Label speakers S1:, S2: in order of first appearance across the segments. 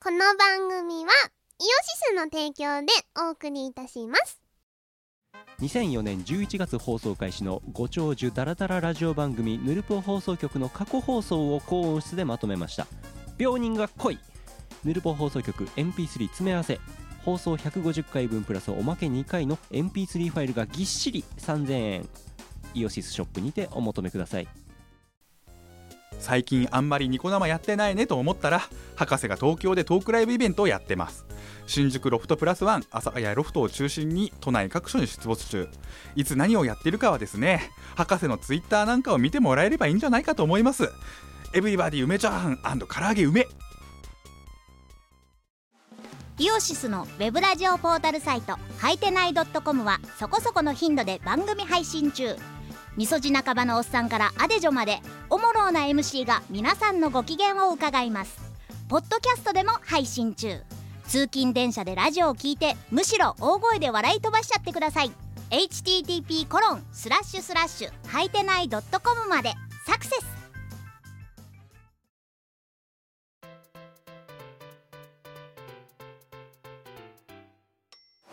S1: この番組はイオシスの提供でお送りいたします
S2: 2004年11月放送開始のご長寿ダラダララジオ番組ヌルポ放送局の過去放送を高音質でまとめました病人が来いヌルポ放送局 MP3 詰め合わせ放送150回分プラスおまけ2回の MP3 ファイルがぎっしり3000円イオシスショップにてお求めください
S3: 最近あんまりニコ生やってないねと思ったら博士が東京でトークライブイベントをやってます新宿ロフトプラスワン朝早ロフトを中心に都内各所に出没中いつ何をやってるかはですね博士のツイッターなんかを見てもらえればいいんじゃないかと思いますエブリバディ梅チャーハン唐揚げ梅
S4: イオシスのウェブラジオポータルサイト「はいてない .com」はそこそこの頻度で番組配信中みそじ半ばのおっさんからアデジョまでおもろうな MC が皆さんのご機嫌を伺いますポッドキャストでも配信中通勤電車でラジオを聞いてむしろ大声で笑い飛ばしちゃってください http コロンスラッシュスラッシュはいてない .com までサクセス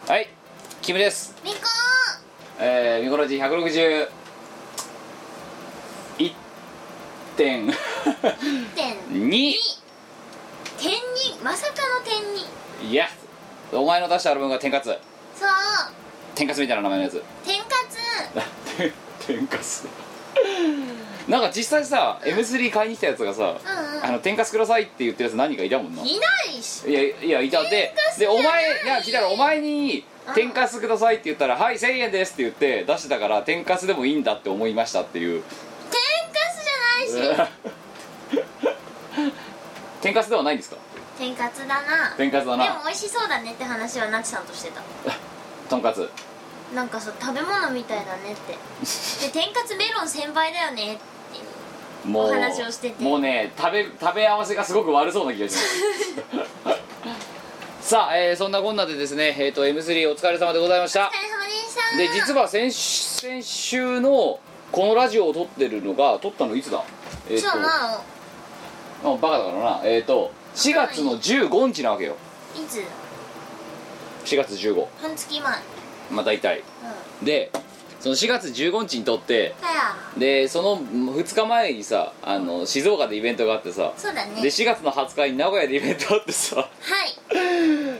S5: はい、キムです。
S1: みこ
S5: えー、ミコロジー161点
S1: 点
S5: 2
S1: 点にまさかの点に
S5: いやお前の出したアルバムが天かつ
S1: そう
S5: 天かすみたいな名前のやつ
S1: 点かつ
S5: 天かすなんか実際さ M3 買いに来たやつがさ
S1: うんう
S5: あの天かすくださいって言ってるやつ何人かいたもんない
S1: ないし
S5: いやいやいたででお前いや聞いたらお前に「天かすください」って言ったら「はい1000円です」って言って出してたから天かすでもいいんだって思いましたっていう
S1: 点かすじゃないし
S5: 天かすではないんですか
S1: 天かつだな
S5: 天かすだ
S1: でも
S5: な
S1: 美味しそうだねって話はなちさんとしてた
S5: とんかつ
S1: なんかそう食べ物みたいだ ねってで天かつメロン先輩だよねって
S5: もう
S1: お話をしてて
S5: もうね食べ食べ合わせがすごく悪そうな気がします さあ、えーそんなこんなでですね、えー、と M3 お疲れ様でございました
S1: お疲れ様でした
S5: で実は先週先週のこのラジオを撮ってるのが撮ったのいつだえー
S1: そうなの
S5: あバカだからなえっ、と4月の15日なわけよ
S1: いつ
S5: 4月15
S1: 半月前うん
S5: まあ大体でその4月15日に撮って
S1: だよ
S5: でその2日前にさあの静岡でイベントがあってさ
S1: そうだね
S5: で4月の20日に名古屋でイベントあってさ
S1: はい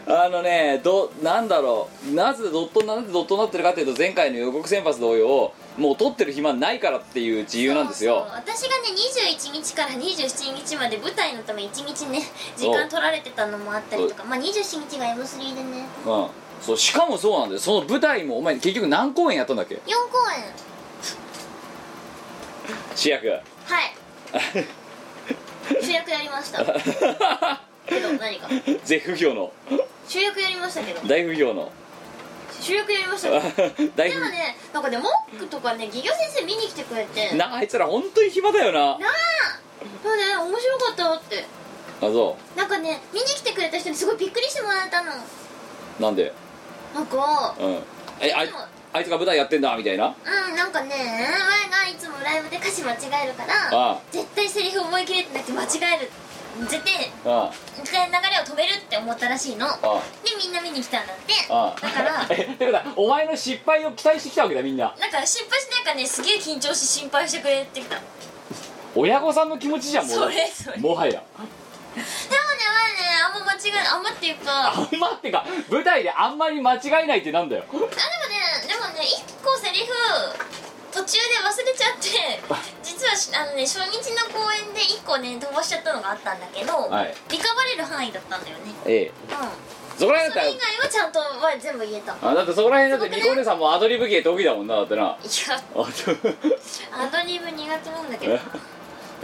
S5: あのねどなんだろうなぜドットなんでドットになってるかっていうと前回の予告先発同様もう撮ってる暇ないからっていう理由なんですよ
S1: そうそう私がね21日から27日まで舞台のため1日ね時間取られてたのもあったりとかまあ27日が M3 でね
S5: うんそうしかもそうなんだよその舞台もお前結局何公演やったんだっけ
S1: 4公演
S5: 主役
S1: はい主役やりましたけど何か
S5: 絶不評の
S1: 主役やりましたけど
S5: 大不評の
S1: 主役やりましたけど
S5: 大
S1: で
S5: 不
S1: もねなんかねモックとかねギギョ先生見に来てくれて
S5: なあいつら本当に暇だよな
S1: なあそうね面白かったって
S5: あそ
S1: なんかね見に来てくれた人にすごいびっくりしてもらえたの
S5: うなんで
S1: なんか
S5: うんえあい
S1: でも
S5: あいつが舞台やってんだみたいな
S1: うんなんかね前がいつもライブで歌詞間違えるから
S5: あ
S1: 絶対セリフ覚えきれてなくて間違える絶対
S5: あ
S1: 絶対流れを止めるって思ったらしいので
S5: あ
S1: みんな見に来たんだって
S5: あ
S1: だから
S5: え ってことはお前の失敗を期待してきたわけだみんな
S1: なんか心配しないからねすげえ緊張して心配してくれてきた
S5: 親御さんの気持ちじゃんもう
S1: それ それでもね
S5: もはや
S1: 前ねあんま間違えあんまっていう
S5: あ
S1: か
S5: んまってか舞台であんまり間違えないってなんだよ
S1: あでもねでもね一個セリフ途中で忘れちゃ って実はしあのね初日の公演で一個ね飛ばしちゃったのがあったんだけど、
S5: はい
S1: リカバレる範囲だったんだよね
S5: ええ
S1: うん
S5: そこら辺
S1: そ
S5: だっ
S1: れ以
S5: た
S1: 外はちゃんとは全部言えたい
S5: らあだってそこら辺だっ
S1: すご
S5: て
S1: くない
S5: みこお姉さんもアドリブ芸得意だもんなだってなあ
S1: やアドリブ苦手なんだけど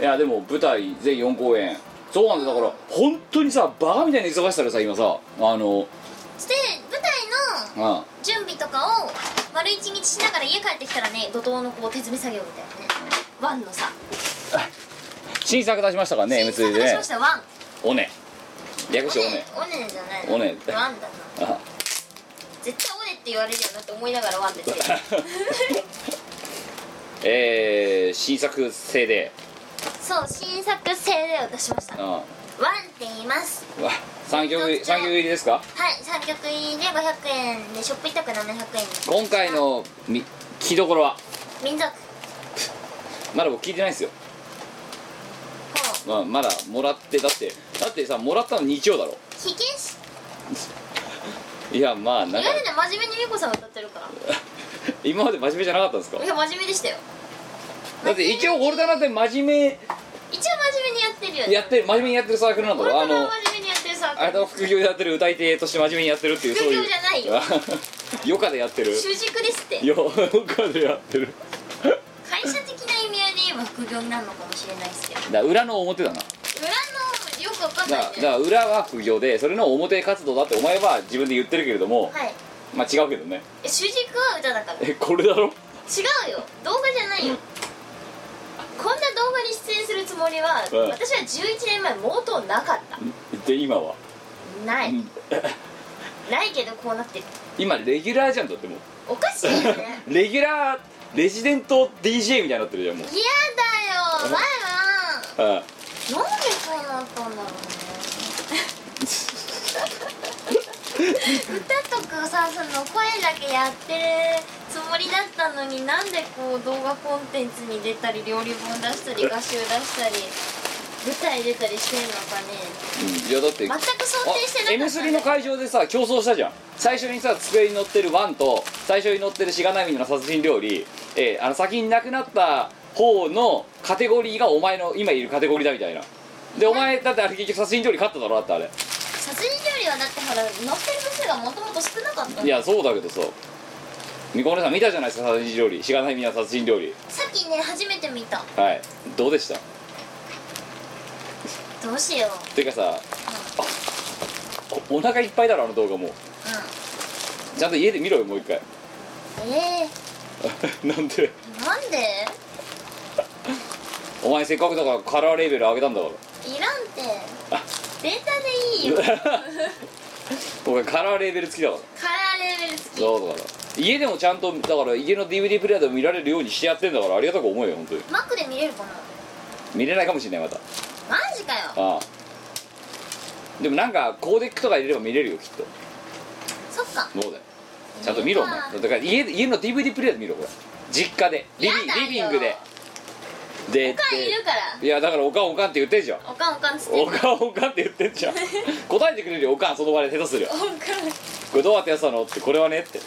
S5: えいやでも舞台全4公演そうなんだよだから本当にさバカみたいな忙しさでさ今さあの
S1: そして舞台の
S5: あ
S1: 準備とかを丸一日しながら家帰ってきたらね怒涛のこう手詰め作業みたいなねワンのさ
S5: 新作出しましたからね M2
S1: 新作
S5: で
S1: 出し
S5: ね
S1: ましたワン
S5: おね略しておね
S1: オネオネじゃない
S5: オネ
S1: ワンだな
S5: あ
S1: 絶対オネって言われるよなって思いながらワンですけど
S5: えー、新作制で
S1: そう新作制でを出しました
S5: あ
S1: ワンって言います
S5: わ3曲入り三曲入りですか
S1: はい3曲入りで500円でショップ委託700円です
S5: 今回のみ聞きどころは
S1: 民族ほ
S5: まだ僕聞いてないですよ、まあ、まだもらってだってだってさもらったの日曜だろ
S1: う火消し
S5: いやまあなん
S1: 意
S5: か
S1: 外とね真面目に美子さんが歌ってるから
S5: 今まで真面目じゃなかったんですか
S1: いや真面目でしたよ
S5: だって一応俺だなって真面
S1: 一応真面目にやってるよ
S5: 目
S1: ね
S5: やってる真面目にやってるサークルなんだ
S1: 俺
S5: ろあ
S1: から
S5: の
S1: 真面目にやってるさ
S5: あれだ副業でやってる歌い手として真面目にやってるっていうそういう
S1: 副業じゃないよ
S5: 余暇でやってる
S1: 習熟ですって
S5: 余暇でやってる
S1: 会社的な意味合いで言えば副業になるのかもしれないですけど
S5: だから裏の表だな
S1: 裏のよくわかん
S5: だ
S1: ない
S5: か
S1: ね
S5: らだから裏は副業でそれの表活動だってお前は自分で言ってるけれども、
S1: はい
S5: まあ違うけどね
S1: え主軸は歌だから違
S5: えこれだろ
S1: うよ動画じゃないよこんな動画に出演するつもりは、
S5: うん
S1: 私は11年前毛頭なかった
S5: で今は
S1: ない、 ないけどこうなってる
S5: 今レギュラーじゃんだっても
S1: おかしい よね
S5: うレギュラーレジデント DJ みたいになってるじゃんもう
S1: 嫌だよ前は
S5: あ
S1: なんでそうなったんだろうね歌とかさその声だけやってるつもりだったのになんでこう動画コンテンツに出たり料理本出したり合集出したり舞台出たりしてんのかね
S5: あうんいやだって
S1: 全く想定してなかった、
S5: M3 の会場でさ競争したじゃん最初にさ机に乗ってるワンと最初に乗ってるしがないみの殺人料理、えーあの先に亡くなった方のカテゴリーがお前の今いるカテゴリーだみたいなでお前だってあれ結局殺人料理勝っただろだってあれ
S1: 殺人料理はだってほら乗ってる部数がもともと少なかったの
S5: いやそうだけどさみこねさん見たじゃないですか殺人料理しがないみの殺人料理
S1: さっきね初めて見た
S5: はいどうでした
S1: どうしよう
S5: ていうかさおお腹いっぱいだろあの動画も
S1: う
S5: ちゃんと家で見ろよもう一回
S1: ん、うん、え
S5: なんで
S1: ー、なんで
S5: お前せっかくだからカラーレーベル上げたんだから
S1: いらんって
S5: あ
S1: データでい いよカラ
S5: 僕カラーレーベル付きだから
S1: ーレベル付き
S5: そうだから家でもちゃんとだから家の DVD プレイヤーでも見られるようにしてやってんだからありがたく思うよ本当に
S1: マックで見れるかな
S5: 見れないかもしれないまた
S1: マジかよ
S5: ああでもなんかコーデックとか入れれば見れるよきっと
S1: そっか
S5: そうだよちゃんと見ろお前だから家で家の DVD プレイヤーで見ろこれ実家でリビ
S1: やだよ
S5: リビングでで
S1: おかんいるから
S5: でいやだからおかんおかんって言ってんじゃん
S1: おかんおかんっつって
S5: おかんおかんって言ってんじゃん答えてくれるよおかんその場で手とするよ
S1: おかん
S5: これどうやってやってたのってこれはねって
S1: い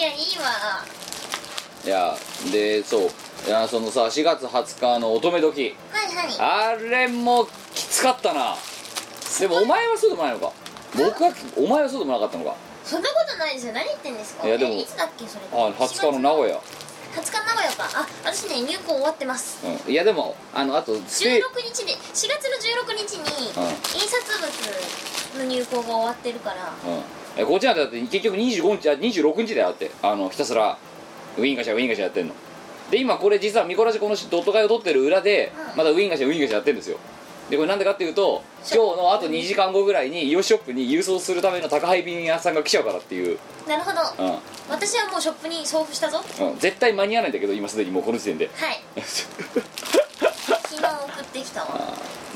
S1: やいいわ
S5: いやでそういやそのさ4月20日の乙女時
S1: はいはい
S5: あれもきつかったなでもお前はそうでもないのか僕はお前はそうでもなかったのか
S1: そんなことないですよ何言ってんですか
S5: いやでも
S1: えいつだっけそれ
S5: あ20日の名古屋、
S1: 20日名古屋かあ私ね入校終わってます
S5: うん、いやでもあのあとス
S1: 16
S5: テ
S1: 日で4月の16日に
S5: うん
S1: 印刷物の入校が終わってるから
S5: うんえこっちなんてだって結局25日あ26日だよだってあのひたすらウィンガシャウィンガシャやってんので今これ実はミコラジこのドット会を撮ってる裏で
S1: うん
S5: まだウィンガシャウィンガシャやってるんですよでこれなんでかっていうと今日のあと2時間後ぐらいにイオシショップに郵送するための宅配便屋さんが来ちゃうからっていう、
S1: なるほど
S5: うん
S1: 私はもうショップに送付したぞは
S5: うん、絶対間に合わないんだけど今すでにもうこの時点で
S1: い昨日送ってきたわ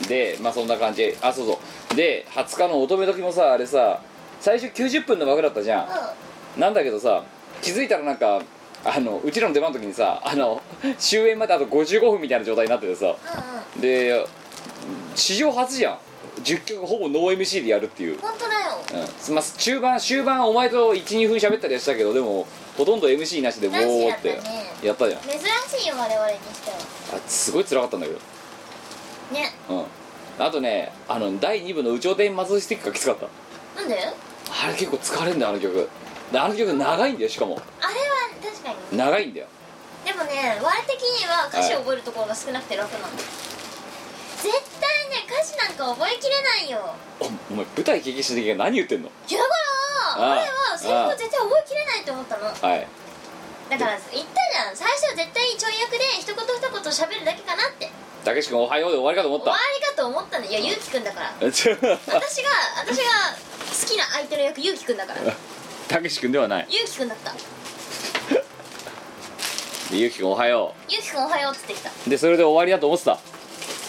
S5: でまあそんな感じあそうそうで20日の乙女時もさあれさ最初90分の枠だったじゃん
S1: うん
S5: なんだけどさ気づいたらなんかあのうちらの出番の時にさあの終演まであと55分みたいな状態になっててさ
S1: うんうん
S5: で史上初じゃん10曲ほぼノー MC でやるっていう、
S1: 本当だよ
S5: うんまあ、中盤終盤お前と12分喋ったりはしたけどでもほとんど MC なしでボーって
S1: なしだったね
S5: やったじゃんあ
S1: 珍しいよ我々にしては
S5: すごい辛かったんだけど
S1: ね
S5: うんあとねあの第2部の「有頂天松スティック」がきつかった
S1: なんであれは
S5: あれ結構疲れんだよあの曲であの曲長いんだよしかも
S1: 確かに
S5: 長いんだよ
S1: でもね我的には歌詞を覚えるところが少なくて楽なんだ絶対ね歌詞なんか覚えきれないよ
S5: おお前舞台経験した時が何言ってんの
S1: いやだから
S5: ああ
S1: 俺はセリフ絶対覚えきれないと思ったのだか
S5: はい
S1: ら言ったじゃん最初は絶対にちょい役で一言二言喋るだけかなって
S5: たけし君おはようで終わりかと思っ
S1: 終わ
S5: た
S1: りかと思ったのいやゆうきくんだから
S5: ちょ
S1: 私が私が好きな相手の役ゆうきくんだからゆう
S5: たけし君ではない
S1: きくんだった
S5: でゆうき君おはよ
S1: ゆうきくんおはようっつってきた
S5: うでそれで終わりだと思ってた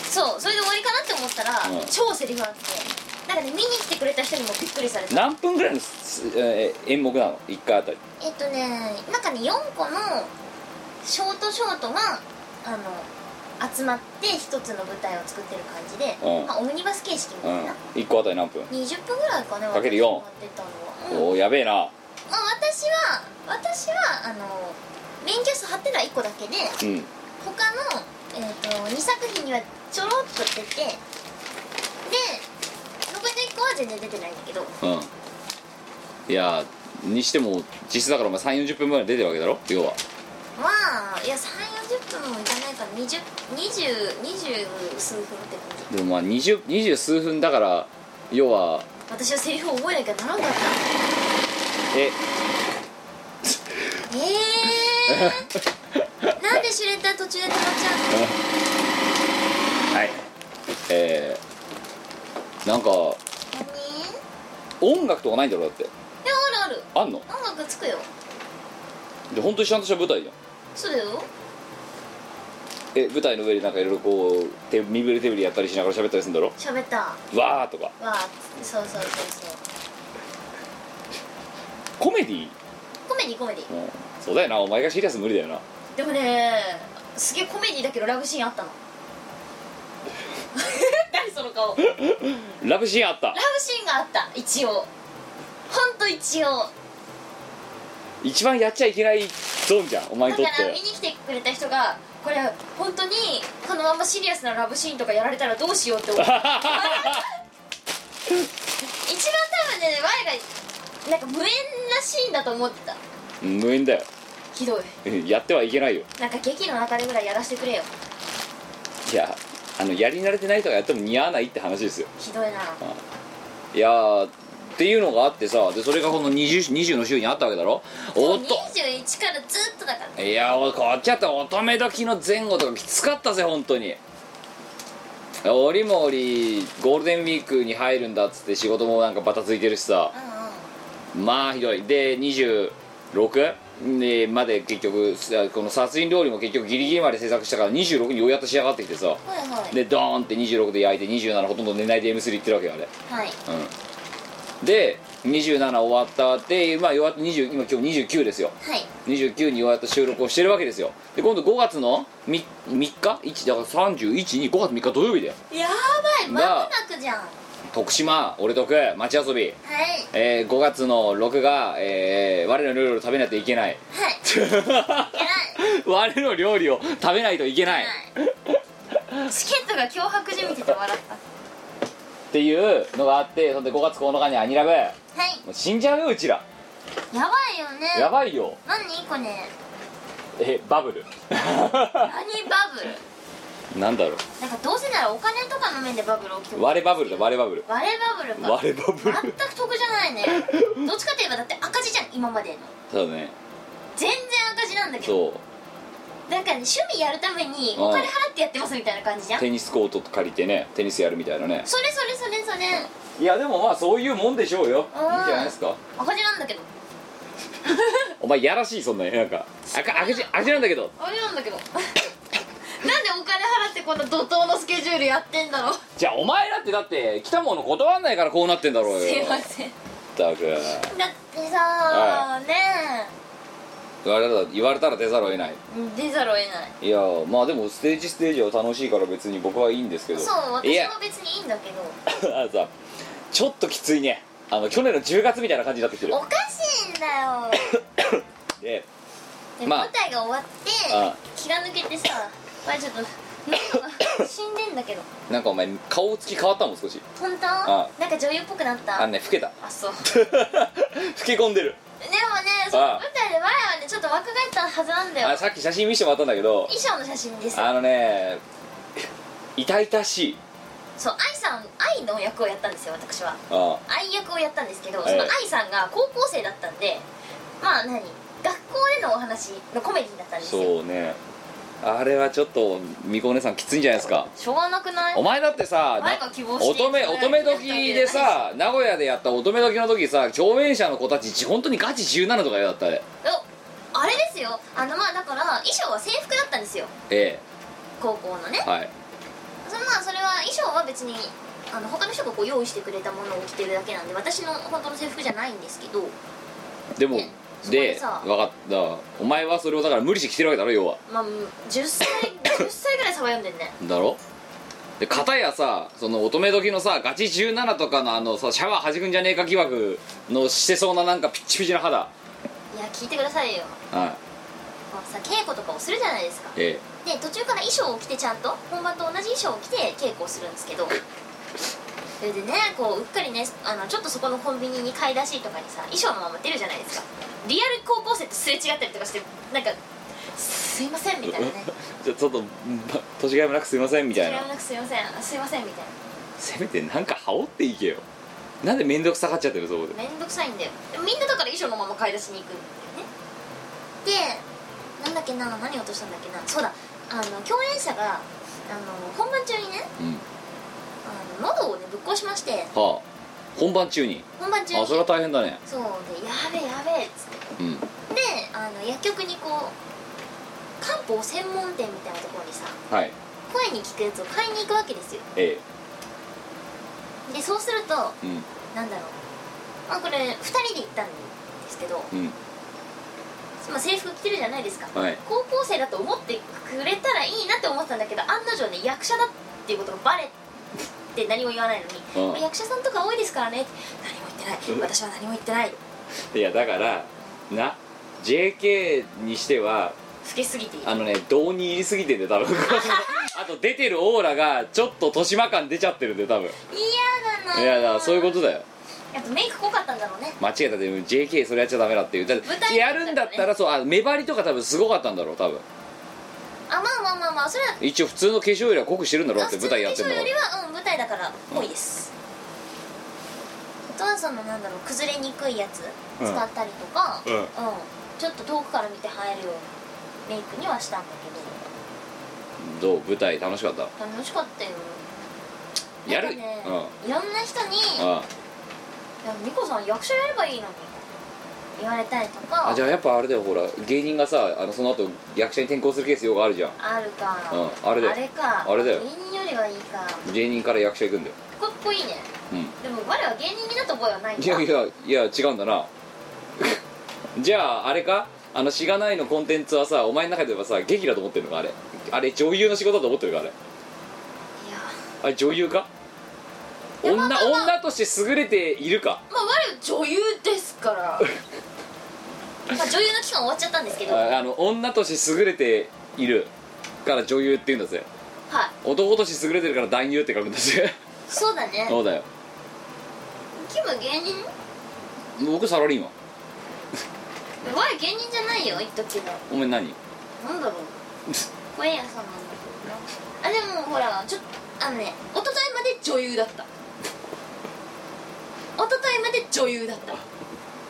S1: そうそれで終わりかなって思ったら、
S5: うん
S1: 超セリフあってなんかね見に来てくれた人にもびっくりされた
S5: 何分ぐらいのす、えー演目なの1回あたり
S1: えっとねなんかね4個のショートショートがあの集まって一つの舞台を作ってる感じで、
S5: うん
S1: まあ、オムニバス形式み
S5: うん
S1: たいな、
S5: 1個あたり何分
S1: 20分ぐらいかな
S5: かける
S1: 私が
S5: 四
S1: やってたのは、うん
S5: おおやべえな
S1: まあ、私は私はあのメインキャスト貼ってた1個だけで
S5: うん
S1: 他の、えー、と2作品にはちょろっと出てで残りの1個は全然出てないんだけど
S5: うんいやーにしても実質だからお前3 4 0分ぐらい出てるわけだろ要は
S1: まあいや340分もいかないから202020数分って感じ
S5: でもまあ 20, 20数分だから要は
S1: 私はセリフを覚えなきゃならんかった
S5: え
S1: えー、なんでシュレッダー途中で止まっちゃうの
S5: はいえー、なんか
S1: 何い
S5: 音楽とかないんだろだって
S1: やあるあ
S5: あ
S1: る
S5: んの
S1: 音楽つくよ
S5: で本当にちゃんとした舞台じゃん
S1: そうだよ
S5: え舞台の上でなんかいろいろこう手身振り手振りやったりしながら喋ったりするんだろ
S1: 喋った
S5: わーとか
S1: わそうそうそうそう
S5: コメディ
S1: コメディコメディ
S5: うんそうだよなお前がシリアス無理だよな
S1: でもねすげえコメディだけどラブシーンあったの 何その顔ラブ
S5: ラブシーンあった
S1: シーンがあった一応ほんと一応
S5: 一番やっちゃいけないゾーンじゃんお前
S1: だ
S5: に
S1: か
S5: とっ
S1: ら見に
S5: て
S1: 来てくれた人がこれ本当にこのままシリアスなラブシーンとかやられたらどうしようって思う一番多分ね前がなんか無縁なシーンだと思ってた
S5: うん無縁だよ
S1: ひどい
S5: うんやってはいけないよ
S1: なんか劇の中でぐらいやらせてくれよ
S5: いやあのやり慣れてない人がやっても似合わないって話ですよ
S1: ひどいない
S5: やーっていうのがあってさでそれがこの 20, 20の週にあったわけだろおっと
S1: 21からずっとだから
S5: いやーこっちだったら乙女時の前後とかきつかったぜ本当に折も折ゴールデンウィークに入るんだっつって仕事もなんかバタついてるしさ
S1: うんうん
S5: まあひどいで 26? でまで結局さこの殺人料理も結局ギリギリまで制作したから26にようやっと仕上がってきてさ
S1: はいはい
S5: でドーンって26で焼いて27ほとんど寝ないで M3 行ってるわけよあれ
S1: はい
S5: うんで27終わったで、まあ、ようやっと20今今日29ですよ
S1: はい
S5: 29にようやっと収録をしてるわけですよで今度5月の 3, 日1だから312 5月3日土曜日だよ
S1: やばいまもなくじゃんは
S5: 徳島俺とく町遊び、
S1: い
S5: えー、5月の6が、えー我の料理を食べないといけない
S1: はい
S5: 我の料理を食べないといけない
S1: はいチケットが脅迫じみてて笑っ
S5: っていうのがあってそんで5月9日にアニラブも
S1: たはいう
S5: 死んじゃうようちら
S1: やばいよね
S5: やばいよ
S1: 何これ
S5: えバブル
S1: 何バブル
S5: なんだろ
S1: なんかどうせならお金とかの面でバブル起きて
S5: う
S1: ほしい
S5: 割れバブルだ割れバブル
S1: 割れバブルか
S5: 割れバブル
S1: 全く得じゃないねどっちかといえばだって赤字じゃん今までの
S5: そうだね
S1: 全然赤字なんだけど
S5: そう
S1: なんかね趣味やるためにお金払ってやってますみたいな感じじゃんそれ
S5: テニスコート借りてねテニスやるみたいなね
S1: それそれそれ
S5: いやでもまあそういうもんでしょうよいい
S1: うん
S5: んじゃないですか
S1: 赤字なんだけど
S5: お前やらしいそんなになんかあか赤字赤字なんだけど
S1: あれなんだけど なんでお金払ってこんな怒涛のスケジュールやってんだろう
S5: じゃあお前だってだって来たもの断んないからこうなってんだろうよ
S1: すいません
S5: ったく
S1: だってさ、
S5: は
S1: ね
S5: 言われたら言われたら出ざるを得ない
S1: え出ざるを得ない
S5: いやーまあでもステージステージは楽しいから別に僕はいいんですけど
S1: そう
S5: い
S1: 私
S5: や
S1: は別にいいんだけど
S5: あのさちょっときついねあの去年の10月みたいな感じになってきてる
S1: おかしいんだよ
S5: で
S1: で、
S5: まあ
S1: 舞台が終わって
S5: あ
S1: 気が抜けてさまあちょっと喉が死んでんだけど
S5: なんかお前顔つき変わったもん少し
S1: 本当
S5: あ
S1: なんか女優っぽくなった
S5: あ
S1: あ
S5: のね老けた
S1: そう
S5: 老け込んでる
S1: でもねその
S5: あ
S1: 舞台で前はねちょっと若返ったはずなんだ
S5: あ
S1: よ
S5: さっき写真見せてもらったんだけど
S1: 衣装の写真です
S5: あのね痛々しい
S1: そう愛さん愛の役をやったんですよ私は
S5: あ
S1: 愛役をやったんですけど
S5: ええ
S1: その愛さんが高校生だったんでまあ何学校でのお話のコメディだったんですよ
S5: そうねあれはちょっとみこお姉さんきついんじゃないですか
S1: しょうがなくない
S5: お前だってさ
S1: 前
S5: な
S1: が希望し
S5: 乙
S1: て
S5: 女乙女時でさ名古屋でやった乙女時の時さ共演者の子たち本当にガチ17とかよだったあれ
S1: おあれですよあのまあだから衣装は制服だったんですよ
S5: え
S1: 高校のね
S5: えはい
S1: そのまあそれは衣装は別にあの他の人がこう用意してくれたものを着てるだけなんで私の本当の制服じゃないんですけど
S5: でも
S1: ね
S5: で
S1: そこでさ
S5: 分かったお前はそれをだから無理して着てるわけだろ要は
S1: まあ10歳10歳ぐらいさば読んでんね
S5: だろで片やさその乙女時のさガチ17とかのあのさシャワー弾くんじゃねえか疑惑のしてそうななんかピッチピチな肌
S1: いや聞いてくださいよ
S5: は
S1: まあさ稽古とかをするじゃないですか
S5: いえ
S1: で途中から衣装を着てちゃんと本番と同じ衣装を着て稽古をするんですけどそれでねこううっかりねあのちょっとそこのコンビニに買い出しとかにさ衣装のまま出るじゃないですかリアル高校生とすれ違ったりとかしてなんか「すいません」みたいなね
S5: えじゃちょっとんば年がいもなくすいませんみ
S1: 「違
S5: たい
S1: い
S5: な
S1: なくすいませんすいません」みたいな
S5: せめてなんか羽織っていけよなんで面倒くさがっちゃってるそこで
S1: めんどくさいんだよでもみんなだから衣装のまま買い出しに行くんだよねでなんだっけな何を落としたんだっけなそうだあの共演者があの本番中にね
S5: うん
S1: あの喉をねぶっ壊しまして
S5: はあ本番中に
S1: 本番中に
S5: あそれは大変だね
S1: そうでやべえやべえっつっ
S5: う
S1: て
S5: ん
S1: であの薬局にこう漢方専門店みたいなところにさ
S5: はい
S1: 声に効くやつを買いに行くわけですよ
S5: え
S1: でそうすると
S5: えうん
S1: なんだろうまあこれ2人で行ったんですけど、
S5: うん
S1: まあ、制服着てるじゃないですか、
S5: はい
S1: 高校生だと思ってくれたらいいなって思ってたんだけど案の定ね役者だっていうことがバレて何も言わないのに、
S5: うん
S1: 役者さんとか多いですからね何も言ってない私は何も言ってない
S5: いやだからな JK にしては
S1: 老けすぎている
S5: あのね胴に入りすぎてんで 多分あと出てるオーラがちょっと豊島感出ちゃってるんで多分
S1: 嫌だない
S5: やだからそういうことだよ
S1: やっぱメイク濃かったんだろうね
S5: 間違えたでも JK それやっちゃダメだっていうだっ
S1: 舞台
S5: てやるんだったらそうあ目張りとか多分すごかったんだろう多分
S1: あまあまあまあまあそれは
S5: 一応普通の化粧よりは濃くしてるんだろうって
S1: 普通
S5: 舞
S1: の化
S5: 台やってん
S1: 粧
S5: だか
S1: よ
S5: ら
S1: りはうん舞台だから多いです、あとはそのなんだろう崩れにくいやつ使ったりとか
S5: うんうん
S1: ちょっと遠くから見て映えるようなメイクにはしたんだ
S5: どう舞台楽しかった
S1: けど楽しかったよ
S5: やる、
S1: なんかね
S5: うん
S1: いろんな人に「いや
S5: あ
S1: ミコさん役者やればいいのに」言われたりと
S5: あ
S1: か
S5: じゃあやっぱあれだよほら芸人がさあのその後役者に転向するケースよくあるじゃん
S1: あるか
S5: うんあれだよ
S1: か
S5: あれだよ
S1: 芸人よりはいいか
S5: 芸人から役者行くんだよ
S1: かっこいいね
S5: うん
S1: でも我は芸人になった覚えはないんだ
S5: いやいやいや違うんだな じゃああれかあのしがないのコンテンツはさお前の中ではさ劇だと思ってるのかあれあれ女優の仕事だと思ってるかあれ
S1: いや
S5: あれ女優か
S1: いや
S5: 女
S1: まあまあまあ
S5: 女として優れているか
S1: まあ我は女優ですから まあ女優の期間終わっちゃったんですけどはい
S5: ああの女として優れているから女優って言うんだぜ男として優れてるから男優って書くんだぜ
S1: そうだね
S5: そうだよ
S1: キム芸人
S5: 僕サラリーマン
S1: 我は芸人じゃないよ言っとくけど
S5: お前何
S1: なんだ ろう小屋さんなんだけどなあでもほらちょっとあのね一昨日まで女優だった一昨日まで女優だっ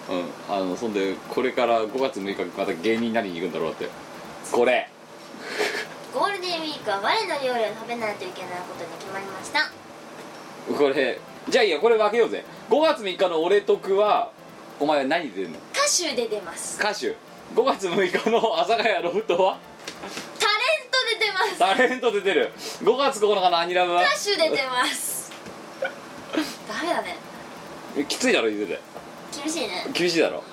S1: た
S5: うんあのそんでこれから5月6日また芸人になりに行くんだろうだってこれ
S1: ゴールデンウィークは我の料理を食べないといけないことに決まりました
S5: これじゃあいいやこれ分けようぜ5月3日の俺特はお前何出るの
S1: 歌手で出ます
S5: 歌手5月6日の阿佐ヶ谷ロフトは
S1: タレントで出ます
S5: タレントで出る5月9日のアニラブは
S1: 歌手で出ます ダメだね
S5: きついだろ言うてて
S1: 厳しいね
S5: 厳しいだろ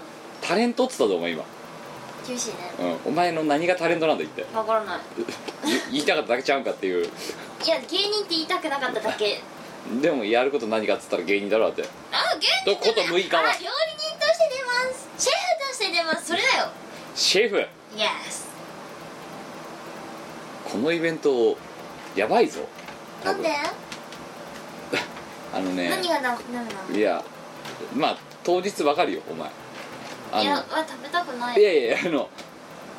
S5: タレントっつったぞお前今、
S1: 厳しいね
S5: うん、お前の何がタレントなんだ言 って
S1: わからない
S5: い言いたかっただけちゃうんかっていう
S1: いや芸人って言いたくなかっただけ
S5: でもやること何かっつったら芸人だろだって
S1: あ芸人
S5: どこと六日は
S1: あ料理人として出ますシェフとして出ますそれだよ
S5: シェフ
S1: イエス
S5: このイベントやばいぞ多
S1: なん
S5: 分
S1: で、
S5: あのね
S1: 何がダメなの
S5: いやまあ当日わかるよお前あの
S1: いやわ食べたくない
S5: い
S1: い
S5: やいやいやあの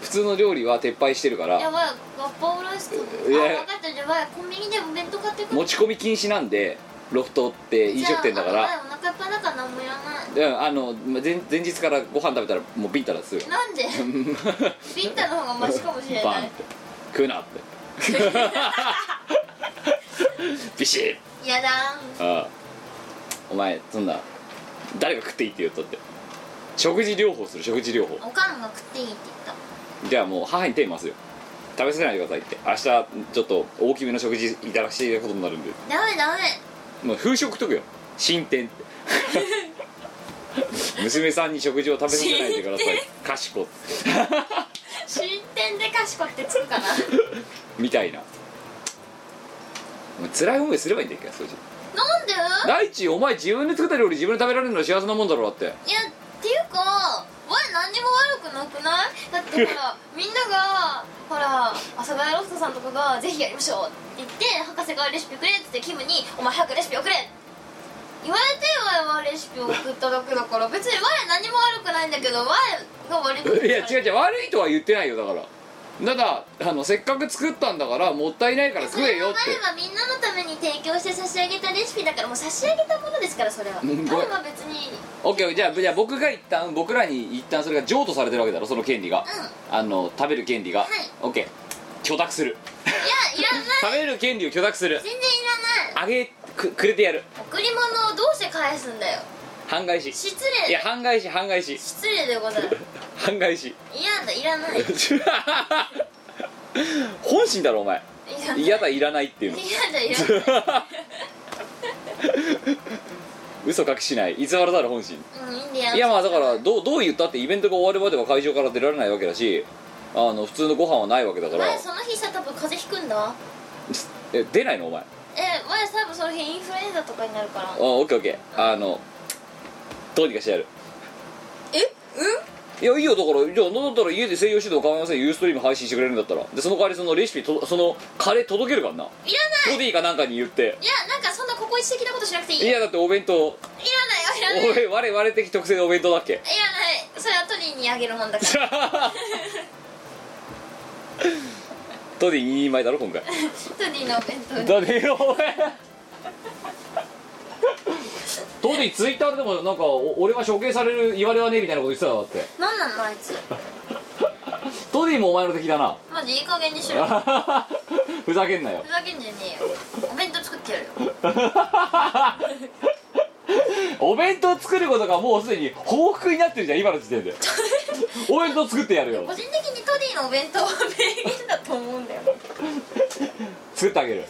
S5: 普通の料理は撤廃してるから
S1: やばいガッパオラスト
S5: いや
S1: あ分かったじゃあわいコンビニでお弁当買ってくる
S5: 持ち込み禁止なんでロフトって飲食店だか
S1: じゃ
S5: ら
S1: ああのわいお腹いっぱいだから何もいらない
S5: うんあの前前日からご飯食べたらもうビンタだっすよ
S1: なん でビンタの方がマシかもしれ
S5: バ
S1: な
S5: ンっ
S1: い
S5: て食うなって ビシッ
S1: やだーん
S5: ああお前そんな誰が食っていいって言うとって食事療法する食事療法
S1: おかんが食っていいって言った
S5: じゃあもう母に手回すよ食べさせないでくださいって明日ちょっと大きめの食事いただしていたことになるんで
S1: ダメダメ
S5: もう風食とくよ進展って娘さんに食事を食べさせないでください賢っ
S1: 新店で賢くてつくかな
S5: みたいなお前辛い思いすればいいんだっけそれじゃ
S1: なんで
S5: 大地お前自分で作った料理自分で食べられるの幸せなもんだろうだって
S1: いやっていうか前何にも悪くなくないだって ほらみんながほら阿佐ヶ谷ロフトさんとかが「ぜひやりましょう」って言って博士がレシピくれって言ってキムに「お前早くレシピ送れ」言われて前はレシピを送っただけだから別に前何も悪くないんだけど前が悪く
S5: いや違う違う悪いとは言ってないよだからただあのせっかく作ったんだからもったいないから
S1: そ
S5: 食え
S1: れ
S5: よっ
S1: は
S5: て
S1: 前はみんなのために提供して差し上げたレシピだからもう差し上げたものですからそれは
S5: うん
S1: 前は別に
S5: オッケーじゃあじゃあ僕が一旦僕らに一旦それが譲渡されてるわけだろその権利が、あの食べる権利が、
S1: い
S5: オッケー許諾する
S1: いやいらない
S5: 食べる権利を許諾する
S1: 全然いらない
S5: あげくくれてやる
S1: 贈り物をどうして返すんだよ
S5: 半返し
S1: 失
S5: いや
S1: 礼
S5: 半返し半返し
S1: 失礼でござる
S5: 半返し
S1: いやだいらないい
S5: 本心だろお前
S1: らないいや
S5: 嫌だいらないっていうの
S1: だいらない、う ん、
S5: 嘘隠しない偽らざる本心
S1: いいんだよ
S5: いやまあだからどうどう言ったってイベントが終わるまでは会場から出られないわけだしあの普通のご飯はないわけだから
S1: 前その日さ多分風邪ひくんだ
S5: え出ないのお前あ
S1: え前多分その日インフルエンザとかになるから
S5: オッケーオッケーあのどうにかしてやる
S1: えうん
S5: いやいいよだからじゃあなんだったら家で西洋指導構いませんユーストリーム配信してくれるんだったらでその代わりそのレシピとそのカレー届けるからない
S1: らない
S5: ボディかなんかに言って
S1: いやなんかそんなここ一的なことしなくていい
S5: いやだってお弁当
S1: いらないよいらないいらない
S5: 俺我々的特性のお弁当だっけ
S1: それはトリーにあげるもんだから
S5: トディ2人前だろ今回
S1: トリーのお弁当に
S5: だねお前トディツイッターでもなんかお俺は処刑される言われはねえみたいなこと言ってたよだって
S1: なんなのあいつ
S5: トディもお前の敵だな
S1: マジいい加減にしろふ
S5: ふざけんなよ
S1: ざけんじゃねえよお弁当作ってやるよ
S5: お弁当作ることがもうすでに報復になってるじゃん今の時点でお弁当作ってやるよ
S1: 個人的にトディのお弁当は名言だと思うんだよね
S5: 作ってあげる
S1: うん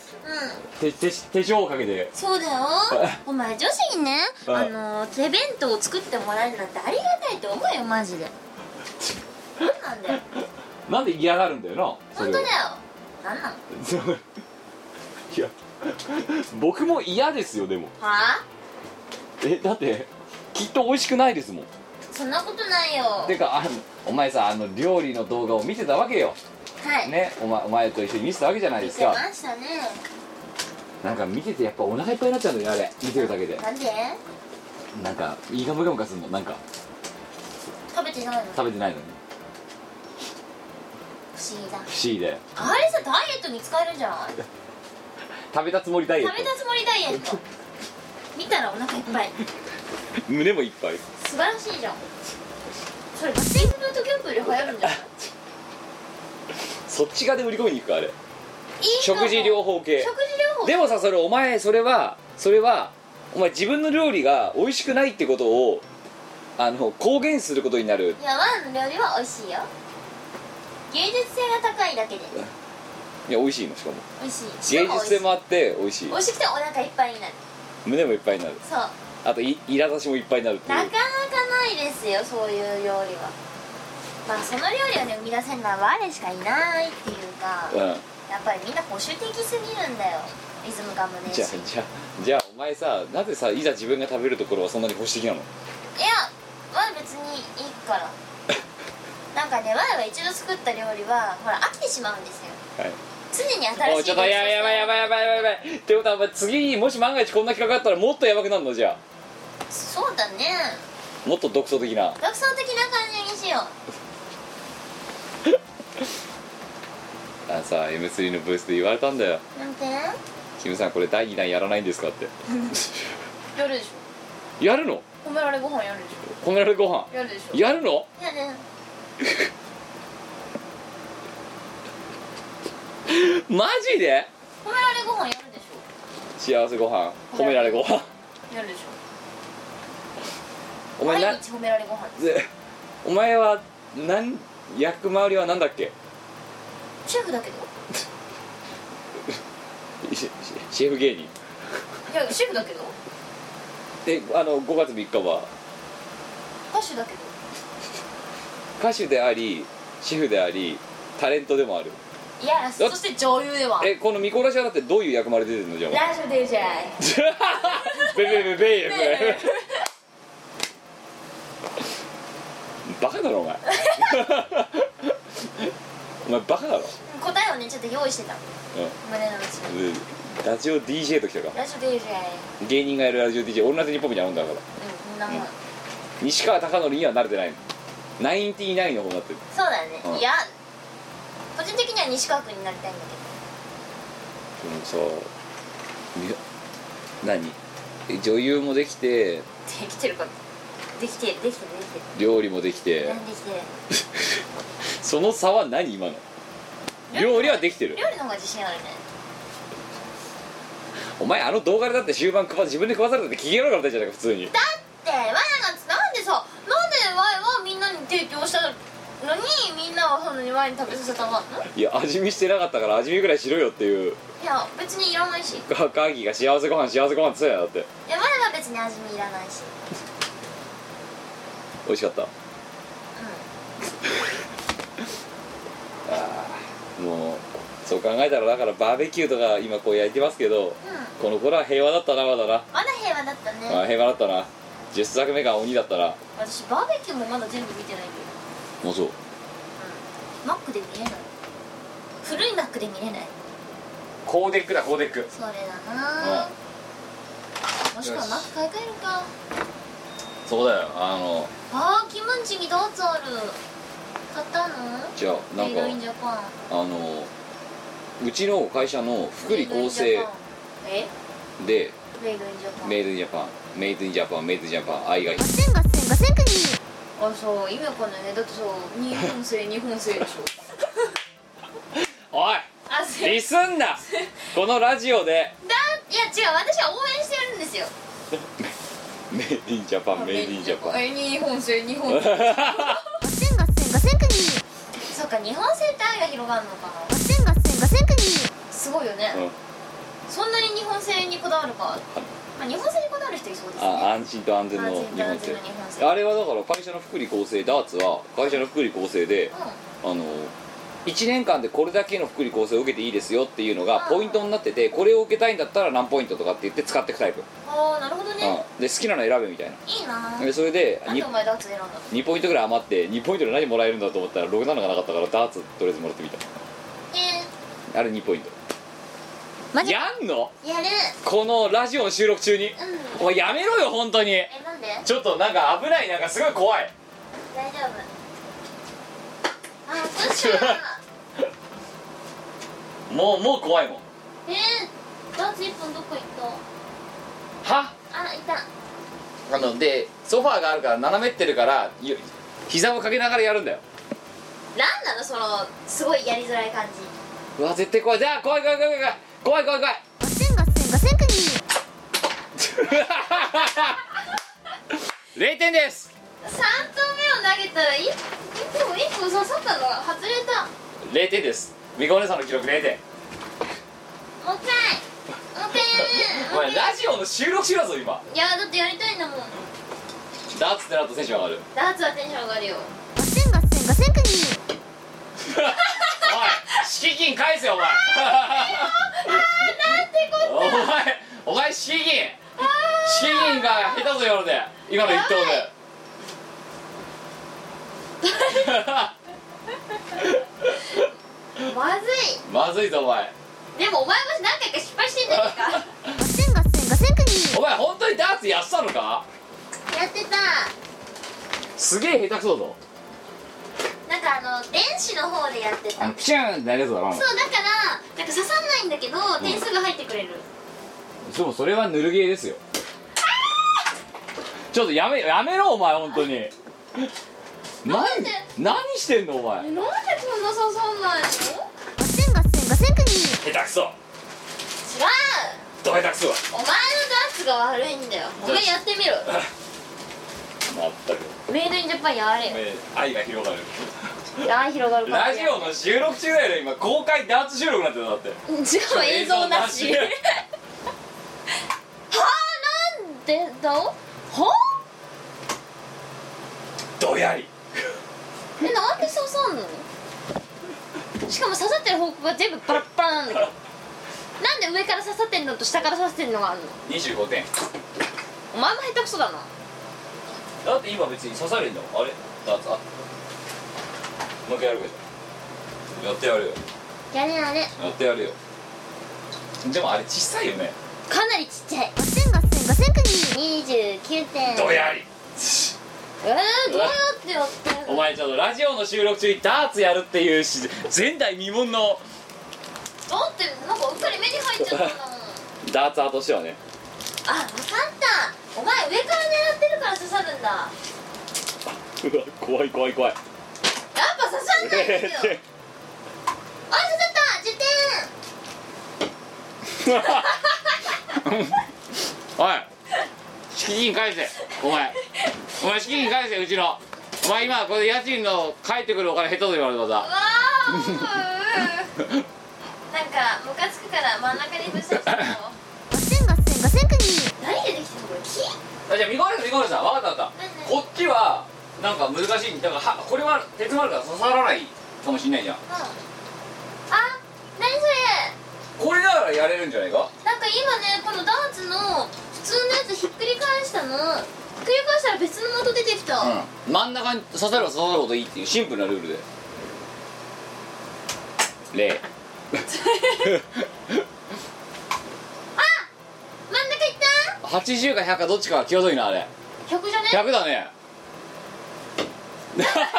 S5: 手手手錠をかけて
S1: そう だよお前女子にね
S5: うん
S1: あの手弁当を作ってもらえるなんてありがたいと思うよマジでなんなんだよ
S5: なんで嫌がるんだよなそ
S1: 本当
S5: れを
S1: だよなんなの
S5: いや僕も嫌ですよでも
S1: はあ
S5: えだってきっと美味しくないですもん
S1: そんなことないよは
S5: て
S1: い
S5: かあのお前さあの料理の動画を見てたわけよねお前お前と一緒に見てたわけじゃない
S1: 見
S5: です
S1: て
S5: か
S1: ましたね
S5: なんか見ててやっぱお腹いっぱいになっちゃうんだよねあれ見てるだけで
S1: なんで
S5: なんかいいがむがむかすんのなんか
S1: 食べてないの不
S5: 食べてないのに
S1: 思議
S5: 不
S1: だ
S5: 思議で
S1: あれさダイエットに使えるんじゃない食
S5: 食べたつもりダイエッ
S1: べたつもりダイエット見たらお腹いっぱい
S5: ト胸もいっぱい
S1: 素晴らしいじゃんそれバッティングの時より流行るんじゃない
S5: そっち側で売り込みに行くかあれ
S1: いいかも
S5: 食事療法系
S1: 食事療法
S5: でもさそれお前それはそれはお前自分の料理が美味しくないってことをあの公言することになる
S1: いやワンの料理は美味しいよ芸術性が高いだけで
S5: いや美味しいのしかも
S1: 美味しいし
S5: 芸
S1: かも
S5: 術性
S1: 美味しい
S5: もあって美味しい
S1: 美味しくてお腹いっぱいになる
S5: 胸もいっぱいになる
S1: そう
S5: あとい苛立ちもいっぱいになるってい
S1: なかな
S5: う
S1: かないですよそういう料理はまあその料理をね生み出せるのは我しかいないっていうか
S5: うん
S1: やっぱりみんな保守的すぎるんだよリズム感もねえ
S5: じ
S1: しい
S5: ゃあじゃあじゃあお前さなぜさいざ自分が食べるところはそんなに保守的なの
S1: やワン別にいいから なんかねワンは一度作った料理はほら飽きてしまうんですよ
S5: はい
S1: 常に新しい
S5: もうちょっとやばいやばいやばいやばいやばいやばいってことはお前次にもし万が一こんな企画あったらもっとやばくなるのじゃ
S1: そうだね
S5: あもっと独創的な
S1: 独創的な感じにしよ
S5: あのさ M3 のブースで言われたんだよ
S1: うなんて
S5: キムさんこれ第2弾やらないんですかって
S1: やるでし
S5: やるの
S1: ょ褒められご飯やるでし
S5: 褒められご飯
S1: ょやるでしょ
S5: やるの
S1: やる
S5: マジで
S1: 褒められご飯やるでし
S5: 幸せご飯褒められご飯
S1: ょやるでし
S5: お
S1: ょ
S5: 前
S1: 毎
S5: な
S1: 日褒められご飯
S5: でお前はなん役回りはなんだっけ
S1: シェフだけど
S5: シシェフ芸人
S1: いやシェフだけど
S5: であの5月3日は
S1: 歌手だけど
S5: 歌手でありシェフでありタレントでもある
S1: いやそして女優では
S5: えこのミコラシアだってどういう役まで出てるのじゃあ
S1: ラジオ DJ
S5: ベベベベベ
S1: ね
S5: バカだろお前お前バカだろ、
S1: 答えをねちょっと用意してた胸の内に
S5: うん、ラジオ DJ ときたか
S1: ラジオ DJ
S5: 芸人がやるラジオ DJ 女手日本みたいなもんだから
S1: うんこんなもん
S5: 西川貴教には慣れてないのナインティナインの方になってる
S1: そうだ
S5: うん
S1: ねいや個人的には西川君になりたいんだ
S5: で
S1: け
S5: もさみ何え女優もできて
S1: どできてるかなできてるできてるできて
S5: 料理もできて
S1: るなんできてる
S5: その差は何今の料理はできてる
S1: 料理の方が自信あるね
S5: お前あの動画でだって終盤食わ自分で食わされたって機嫌悪かったじゃないか普通に
S1: だってわやなんつなんでさなんでわやはみんなに提供したのにみんなはそんなにワイン食べさせたのん
S5: いや味見してなかったから味見ぐらいしろよっていう
S1: いや別にいらないしい
S5: ガガーギーが幸せご飯幸せご飯っつってたよだって
S1: やわやは別に味見いらないし
S5: 美味しかった
S1: う
S5: もうそう考えたらだからバーベキューとか今こう焼いてますけど
S1: んうん
S5: この頃は平和だったなまだな、
S1: まだ平和だった
S5: あ
S1: ね
S5: 平和だったな10作目が鬼だったな
S1: 私バーベキューもまだ全部見てないんだよ
S5: もうそう
S1: マックで見れない古いマックで見れない
S5: コーデックだコーデック
S1: それだな
S5: あ
S1: もしくはマック買い替えるか
S5: そうだよあの
S1: あーキムチにどうぞある買ったの
S5: じゃあな
S1: メ
S5: ん
S1: イドイン
S5: か
S1: ジャパン
S5: あのうちの会社の福利厚生
S1: え
S5: で
S1: メイドインジャパン
S5: メイドインジャパンメイドインジャパンメイドインジャパン愛が
S4: ごせんごせんごせんくに
S1: あそう意味わかんないねだってそう日本製日本製でしょ
S5: おい
S1: あそうだいや違
S5: リスんなこのラジオで
S1: う私は応援してるんですよ
S5: メイドインジャパンメイドインジャパン
S1: え日本製日本製
S4: ごせんごせんごせんくに
S1: そっか日本製って愛が広がるのか
S4: ごせんごせんごせんくに
S1: なすごいよね、
S5: うん
S1: そんなに日本製にこだわるか、まあ、日本製にこだわる人いそうですね
S5: あ安心と安全の
S1: 安
S5: 日
S1: 心と
S5: 本
S1: 安全
S5: 製
S1: の日本製
S5: あれはだから会社の福利厚生ダーツは会社の福利厚生であの1年間でこれだけの福利厚生を受けていいですよっていうのがポイントになっててこれを受けたいんだったら何ポイントとかって言って使っていくタイプ、
S1: うんああなるほどね、
S5: うん、で好きなの選べみたい
S1: いいな
S5: なでそれで
S1: なんでお
S5: 2,
S1: 前ダーツ選んだ の
S5: 2ポイントぐらい余って2ポイントで何もらえるんだと思ったらろくなのがなかったからダーツとりあえずもらってみた
S1: え
S5: あれ2ポイント
S4: マジ
S5: やんの
S1: ー、やる
S5: このラジオの収録中に
S1: うん
S5: お前やめろよ本当に
S1: えなんで
S5: ちょっとなんか危ないなんかすごい怖い
S1: 大丈夫あークッション
S5: もうもう怖いもん
S1: えー、ダーツ一本どこ行っ
S5: は
S1: たあいた
S5: あのでソファーがあるから斜めってるからゆ膝をかけながらやるんだよ
S1: なんなのそのすごいやりづらい感じ
S5: うわ絶対怖いじゃあ怖い怖い怖い怖い怖い怖い怖い
S4: ごせんごせんごせんくに
S5: 0点です
S1: 3投目を投げたらいいでも1個刺さったのが外れた
S5: 0点ですみこお姉さんの記録0点
S1: もう一回もう一
S5: お
S1: 回や
S5: 前ラジオの収録しろぞ今
S1: るいやだってやりたいんだもん
S5: ダーツってなるとテンション上がる
S1: ダーツはテンション上がるよ
S4: ごせんごせんごせんくに
S5: おい敷金返せよお前
S1: なんてこ
S5: お前お前敷金敷金が下手ぞ夜で今の一投で
S1: まずい
S5: まずいぞお前
S1: でもお前も何回か失敗してんじゃね
S4: ごせんごせんごせんくに
S5: お前本当にダーツやってたのか
S1: えかやってた
S5: すげえ下手くそだぞ
S1: なんかあの電子の方でやってた
S5: あのピシャーンってなるやつだろ
S1: そうだからなんか刺さんないんだけど点数が入ってくれる、
S5: でもそれはぬるゲーですよちょっとやめやめろお前本当に何
S1: なんで
S5: 何してんのお前
S1: えなんでこんな刺さんないの
S4: ごせんごせんごせんくに
S5: 下手くそ
S1: 違う
S5: ど下手くそ
S1: お前のダーツが悪いんだよお前やってみろ
S5: まったく
S1: メイドインジャパンやれよ
S5: 愛が広がる
S1: あー広がるかも
S5: ラジオの収録中だよね今公開ダーツ収録になってるだって
S1: しかも映像なし はあなんでだはあ
S5: どやり
S1: えなんで刺さんのしかも刺さってる方向が全部バラッバラなんだけどなんで上から刺さってんのと下から刺さってんのがあるの
S5: 25点
S1: お前も下手くそだな
S5: だって今別に刺されんだもんあれダーツあもう一回やるかじゃんやってやるよ
S1: やれやれ
S5: やってやるよでもあれ小さいよね
S1: かなりちっちゃい
S4: ガセンガセンガセンクニー
S1: 29点
S5: どや り
S1: えー、どうやってやってんの
S5: お前ちょっとラジオの収録中にダーツやるっていうし前代未聞の
S1: だってなんかうっかり目に入っちゃったんだもん
S5: ダーツ派としてはね
S1: あわかったお前上から狙ってるから刺さるんだやっ
S5: うわ怖い怖い 怖い
S1: ぱ刺さんないんですよあ刺さった10点
S5: おい敷金返せお前お前敷金返せうちのお前今これ家賃の返ってくるお金下手と言われた
S1: わあ
S5: さ
S1: なんかムカつくから真ん中にぶつけたの
S4: ガセンガセンガセンクニー
S1: 何でできてるのこれ木
S5: じゃあ見込める見込めるさん分かった分かった
S1: 何
S5: こっちはなんか難しいだからはこれは鉄丸から刺さらないかもしんないじゃん
S1: あ何それ
S5: これならやれるんじゃないか
S1: なんか今ねこのダーツの普通のやつひっくり返したのひっくり返したら別の元出てきた、
S5: うん真ん中に刺されば刺さるほどいいっていうシンプルなルールで例
S1: 真ん中いった
S5: 80か100かどっちかは際どいなあれ
S1: 100じゃね
S5: 100だね だから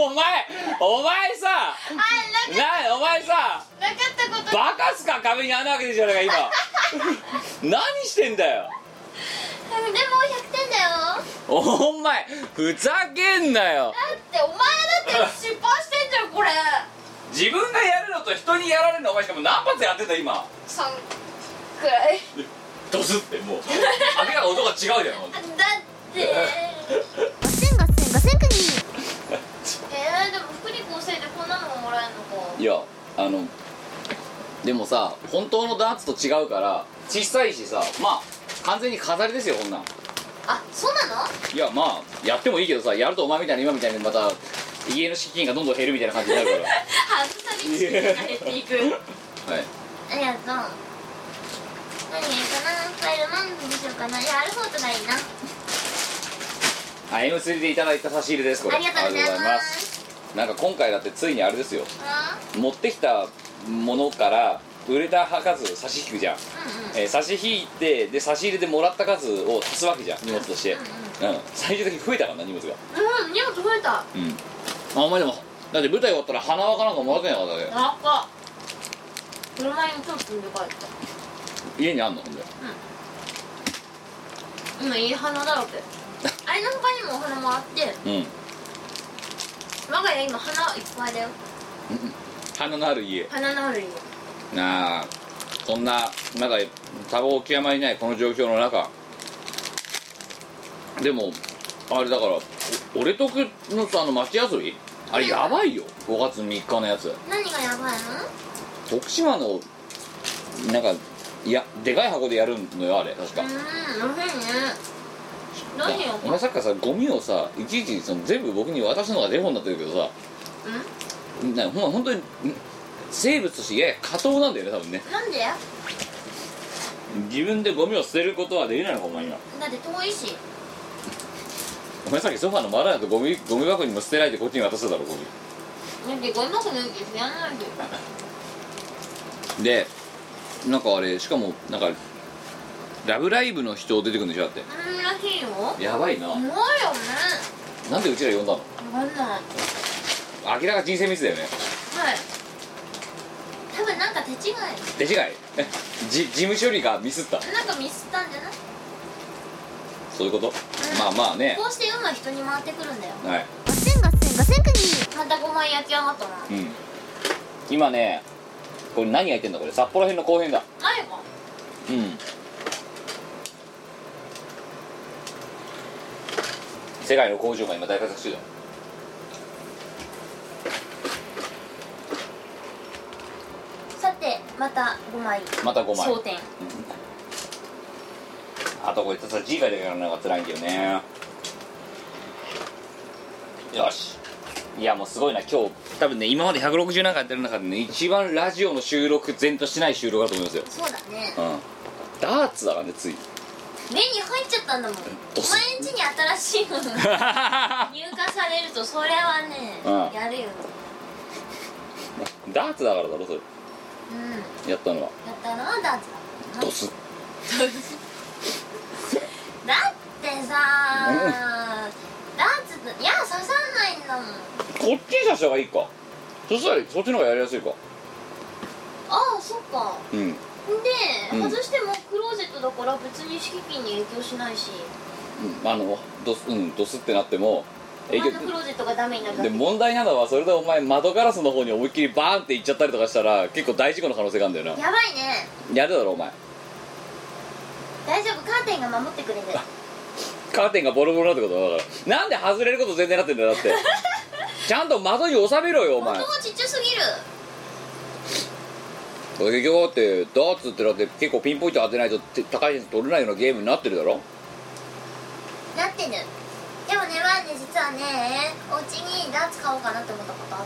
S5: お前お前さ
S1: あな
S5: なお前さ
S1: なかったこと
S5: バカっすか壁に穴開けてるじゃないか今何してんだよ
S1: うんでも100点だよ
S5: お前ふざけんなよ
S1: だってお前だって失敗してんじゃんこれ
S5: 自分がやるのと人にやられるのお前しかも何発やってた今
S1: 3くらい
S5: ドスってもう明らかに音が違うじゃん
S1: だって
S4: ガセンガセンガセンクニー
S1: えー、でも福利厚生でこんなのももらえるのか
S5: いやあのでもさ本当のダーツと違うから小さいしさまあ完全に飾りですよこんなん
S1: あそうなの
S5: いやまあやってもいいけどさやるとお前みたいな今みたいにまた家の資金がどんどん減るみたいな感じになるか
S1: ハズサビチキンが減っていく
S5: らはい
S1: ありがとう何がいいかなファイル何にしようかないやアルフォートがいいなあ
S5: あ M3 でいただいた差し入れですこれ
S1: りがと
S5: あ
S1: うござい
S5: りがとうござい
S1: ま
S5: ます
S1: す
S5: なんか今回だってついにあれですよ
S1: あ
S5: 持ってきたものから売れた数差し引くじゃん、
S1: うんうん
S5: えー差し引いてで差し入れでもらった数を足すわけじゃん荷物としてうん、最終的に増えたからな荷物が
S1: うん荷物増えた
S5: うんあお前でもだって舞台終わったら花輪かなんかもらってないからね
S1: なんか車にちょっと積んで帰った
S5: 家にあんのほんで
S1: 今いい花だらけあれの他にもお花もらって
S5: うん
S1: 我が家今花いっぱいだよ
S5: 花のある家
S1: 花のある家
S5: なあそんなまだ多忙極まりないこの状況の中でもあれだからお俺とくのさあの町遊びあれやばいよ5月3日のやつ
S1: 何がやばいの
S5: 徳島のなんかいやでかい箱でやるのよあれ確か、
S1: うん、美味しいね。どうしよう
S5: お前さっきからさゴミをさいちいちその全部僕に渡すのがデフォになってるけどさ
S1: ん
S5: なほん本当にん生物としてやや過当なんだよね多分ね
S1: なんでだ
S5: 自分でゴミを捨てることはできないのかお前今
S1: って遠いし。
S5: お前さっきソファーのマラーとゴミゴミ箱にも捨てないでこっちに渡すだろゴミ
S1: だってゴミ箱なんて知らないで。
S5: でなんかあれしかもなんかラブライブの人出てくるんでしょだっ
S1: うん、らしいよ。
S5: てやばいな、
S1: すごいよね。
S5: なんでうちら呼んだの
S1: わかんない。はい。
S5: 明らか人生ミスだよね
S1: 多分なんか手違い。
S5: 手違い じ事務処理がミスった
S1: なんかミスったんじゃない
S5: そういうことまあまあね
S1: こうして運は人に回ってくるんだよ。
S5: はい
S4: ガセンガセンガセンクニー
S1: またご枚焼き上がったな。
S5: うん今ねこれ何焼いてんだこれ札幌編の後編だ
S1: ないか。
S5: うん世界の工場が今大活躍中だ
S1: また5枚
S5: また5枚
S1: 焦点
S5: あとこれさ G が出てからのが辛いんだよねよしいやもうすごいな今日多分ね今まで160なんかやってる中でね一番ラジオの収録全としてない収録だと思いますよ
S1: そうだね
S5: うんダーツだからねつ い
S1: 目に入っちゃったんだもんお
S5: どうす
S1: 前んちに新しいものが入荷されるとそれはね、
S5: うん
S1: やるよね
S5: ダーツだからだろそれ
S1: うん
S5: やったのは
S1: やったなダーツだもんな
S5: ドス
S1: だってさダーツだいや刺さないんだもん
S5: こっちに刺した方がいいかそしたらそっちの方がやりやすいか
S1: ああそっか
S5: うん
S1: で、
S5: うん
S1: 外してもクローゼットだから別に敷金に影響しないし
S5: うんあのドスうんドスってなっても
S1: お前のクローゼットがダメになるだ
S5: で
S1: け
S5: 問題なのはそれでお前窓ガラスの方に思いっきりバーンって行っちゃったりとかしたら結構大事故の可能性があるんだよな
S1: やばいね
S5: やるだろお前
S1: 大丈夫カーテンが守ってくれる
S5: カーテンがボロボロだってことだからなんで外れること全然なってんだよだって ちゃんと窓に収めろよお
S1: 音
S5: 前
S1: がちっちゃすぎる
S5: 結局だってダーツってだって結構ピンポイント当てないとて高い点数取れないようなゲームになってるだろ
S1: なってるでもね前ね実はねお家にダーツ買おうかなって思ったことあっ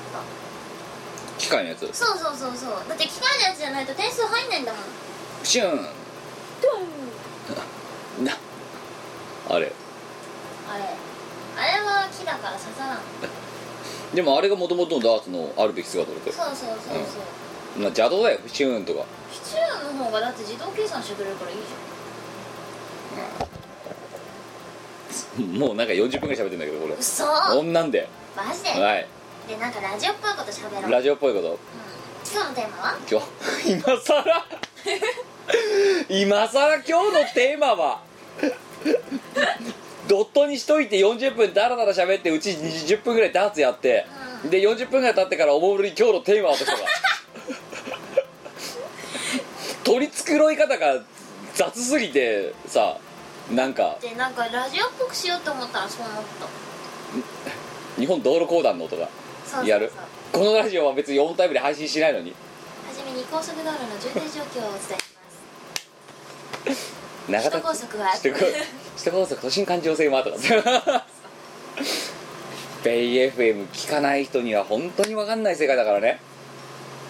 S1: た
S5: 機械のやつ
S1: そうそうそうそうだって機械のやつじゃないと点数入んないんだもん
S5: シュー
S1: ドン
S5: ンなあれ
S1: あれあれは木だから刺さらん
S5: でもあれがもともとのダーツのあるべき姿だって
S1: そうそうそうそう、
S5: な邪道だよシューンとか
S1: シチューの方がだって自動計算してくれるからいいじ
S5: もうなんか40分ぐらい喋ってんだけどこれ
S1: ゃん嘘
S5: こんなんで
S1: マジで、
S5: はい
S1: でなんかラジオっぽいこと喋ろう、うん、
S5: ラジオっぽいこと
S1: 今日のテーマは
S5: 今日 今さら今さら今日のテーマは ドットにしといて40分ダラダラ喋ってうち20分ぐらいダーツやって、
S1: うん
S5: で40分ぐらい経ってからおもむろに今日のテーマはとしたら 取り繕い方が雑すぎてさなんか
S1: でなんかラジオっぽくしようと思ったらそう思った
S5: 日本道路公団のとか
S1: そうそうそう
S5: やるこのラジオは別にオンタイムで配信しないのに
S1: はじめに高速道路の渋滞状況をお伝えします
S5: 長
S1: 首
S5: 田
S1: 都高速は
S5: 首都高首都高速都心環状線はとかベイ FM 聞かない人には本当に分かんない世界だからね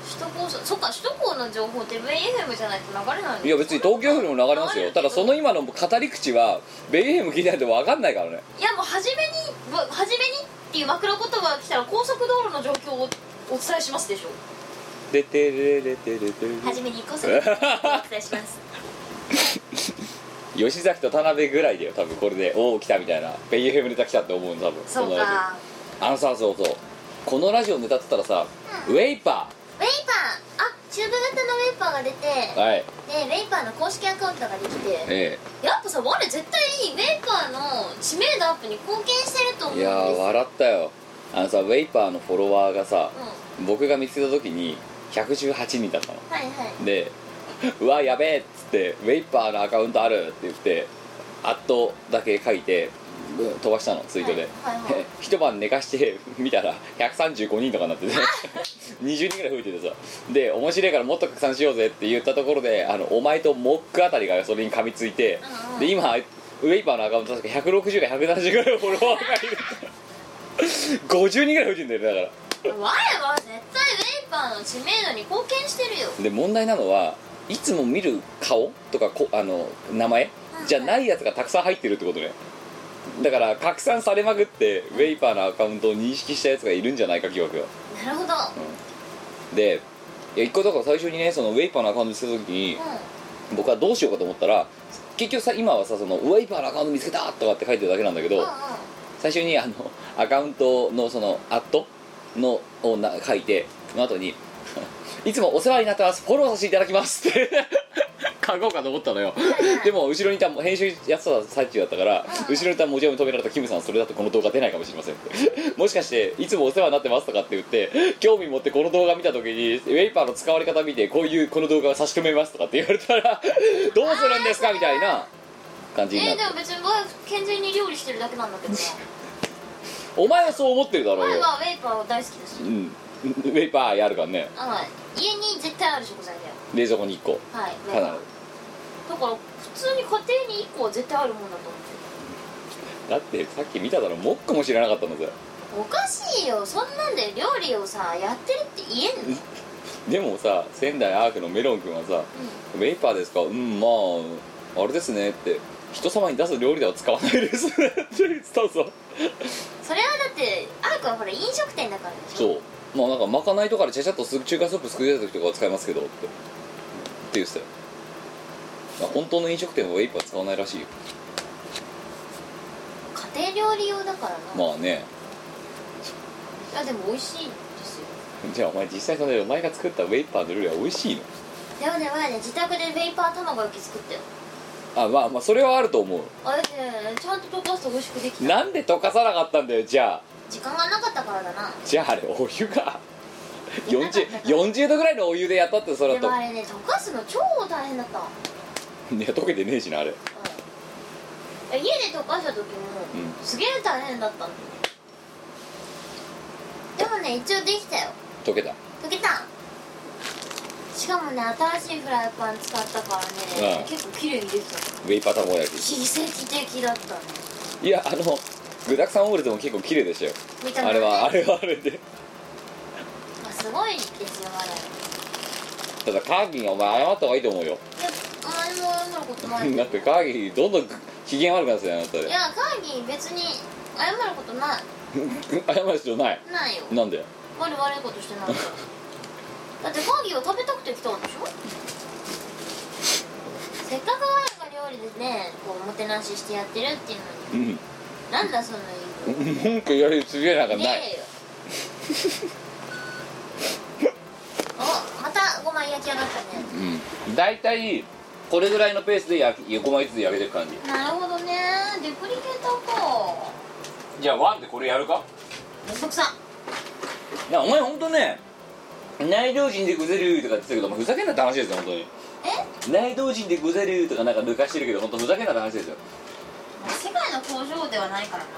S1: 首都高速そっか首都高の情報って VFM じゃないと流れないの
S5: いや別に東京 FM も流れますよただその
S1: い
S5: 今の語り口はベイ FM 聞いてないと分かんないからね
S1: やもうはじめにははじめにっていう枕言葉が来たら高速道路の状況をお伝えしますでしょ
S5: でてれれてれてれ
S1: はじめに高速道路の情報をお伝えします
S5: 吉崎と田辺ぐらいだよ多分これでおお来たみたいなベイ FM ネタ来たって思うの多分
S1: そう
S5: このラジ
S1: か
S5: オあのさそうそうこのラジオネタって言ったらさ、ウェイパ
S1: ウェイパーあチューブ型のウェイパーが出て
S5: ーはい
S1: でウェイパーの公式アカウントができて
S5: え
S1: やっぱさ我絶対ウェイパーの知名度アップに貢献してると思
S5: え
S1: うん
S5: い
S1: です
S5: やー
S1: よ
S5: 笑ったよあのさウェイパーのフォロワーがさ、僕が見つけた時に118人だったの
S1: うんはいはい
S5: で 「うわやべえ」っつって「ウェイパーのアカウントある」って言って「アット」だけ書いてうん飛ばしたのツイートで、
S1: はいはいはい
S5: 一晩寝かして見たら135人とかになってて 20人ぐらい増えててさで面白いからもっと拡散しようぜって言ったところであのお前とモックあたりがそれに噛みついて、
S1: うんうん
S5: で今ウェイパーのアカウント確か160か170ぐらいフォロワーがいる50人ぐらい増えてんだよねだから
S1: 我は絶対ウェイパーの知名度に貢献してるよ
S5: で問題なのはいつも見る顔とかこあの名前
S1: うん
S5: じゃないやつがたくさん入ってるってことねだから拡散されまくってウェイパーのアカウントを認識したやつがいるんじゃないか疑惑が
S1: なるほど
S5: でいや一個だから最初にねそのウェイパーのアカウント見つけた時に
S1: う
S5: 僕はどうしようかと思ったら結局さ今はさそのウェイパーのアカウント見つけたとかって書いてるだけなんだけど、
S1: んうんうん
S5: 最初にあのアカウントのそのアットのをな書いてその後に 「いつもお世話になってますフォローさせていただきます」って 書こうかと思ったのよでも後ろにいた編集やってた最中だったから後ろにいた文字読み止められたキムさんそれだとこの動画出ないかもしれませんもしかして「いつもお世話になってます」とかって言って興味持ってこの動画見た時にウェイパーの使われ方見てこういうこの動画を差し込めますとかって言われたらどうするんですかみたいな感じにな
S1: え
S5: っ
S1: ー、
S5: て
S1: でも別に我は健全に料理してるだけなんだけどね
S5: お前はそう思ってるだろう
S1: 我
S5: よ
S1: はウェイパーを大好きです
S5: うん、ウェイパーやるからね
S1: あ家に絶対ある食材だよ
S5: 冷蔵庫に1個
S1: はい
S5: 必ず
S1: だから普通に家庭に1個は絶対あるもんだと思って
S5: だってさっき見ただろもっこも知らなかったのだ
S1: おかしいよそんなんで料理をさやってるって言えんの
S5: でもさ仙台アークのメロン君はさ「メイパーですかうんまああれですね」って人様に出す料理では使わないですねって言ってたぞ
S1: それはだってあーくんはほら飲食店だからでしょ
S5: そうまあなんかまかないとかでちゃちゃっとす中華スープ作りたい時とかは使いますけどってって言ってたよまあ本当の飲食店はウェイパー使わないらしいよ
S1: 家庭料理用だからな、
S5: まあね
S1: いやでも美味しいですよ
S5: じゃあお前実際それお前が作ったウェイパーの料理は美味しいの
S1: でもね前ね自宅でベイパー卵焼き作ったよ
S5: あまあまあそれはあると思う
S1: あれねちゃんと溶かすと美味しくできた
S5: なんで溶かさなかったんだよじゃあ
S1: 時間がなかったからだな
S5: じゃああれお湯が 40,
S1: いや
S5: 40度ぐらいのお湯でやったってそれ
S1: で
S5: だと
S1: もあれね溶かすの超大変だった、
S5: いや溶けてねえしなあれ
S1: うん、家で溶かした時も、
S5: う
S1: すげえ大変だったんだよでもね一応できたよ
S5: 溶けた
S1: 溶けたしかもね新しいフライパン使ったからね、
S5: うん
S1: 結構綺麗にできた
S5: ウェイパー卵焼
S1: 奇跡的だったね
S5: きいやあの具沢山オールでも結構綺麗でしたよ
S1: 見た目
S5: あれはあ
S1: れ
S5: れはあれです
S1: ごいですよあれ
S5: ただカーギーがお前謝った方がいいと思うよ
S1: いや何も謝ることな い
S5: だってカーギーどんどん機嫌悪くなってたよあなた
S1: いやカーギー別に謝ることない
S5: で謝る必要ない
S1: ないよ
S5: なんで
S1: 悪い悪いことしてないからだってカーギーは食べたくて来たんでしょせっかく我が料理でねこうおもてなししてやってるっていうのに
S5: うん
S1: なんだその言い
S5: 文句言われるつぶやなんか
S1: 分
S5: な
S1: ね
S5: い
S1: えよおまたご枚焼き上がったね
S5: うん大体これぐらいのペースで焼き5枚ずつ焼けてる感じ
S1: なるほどねデプリケーターか
S5: じゃあワンでこれやるか
S1: めんどくさ
S5: いやお前ほんとね内道人でぐぜるとか言ってたけどお前ふざけんなって話ですよ本当に
S1: え
S5: 内道人でぐぜるとかなんか抜かしてるけど本当ふざけんなって話ですよ
S1: 世界の工場ではないからな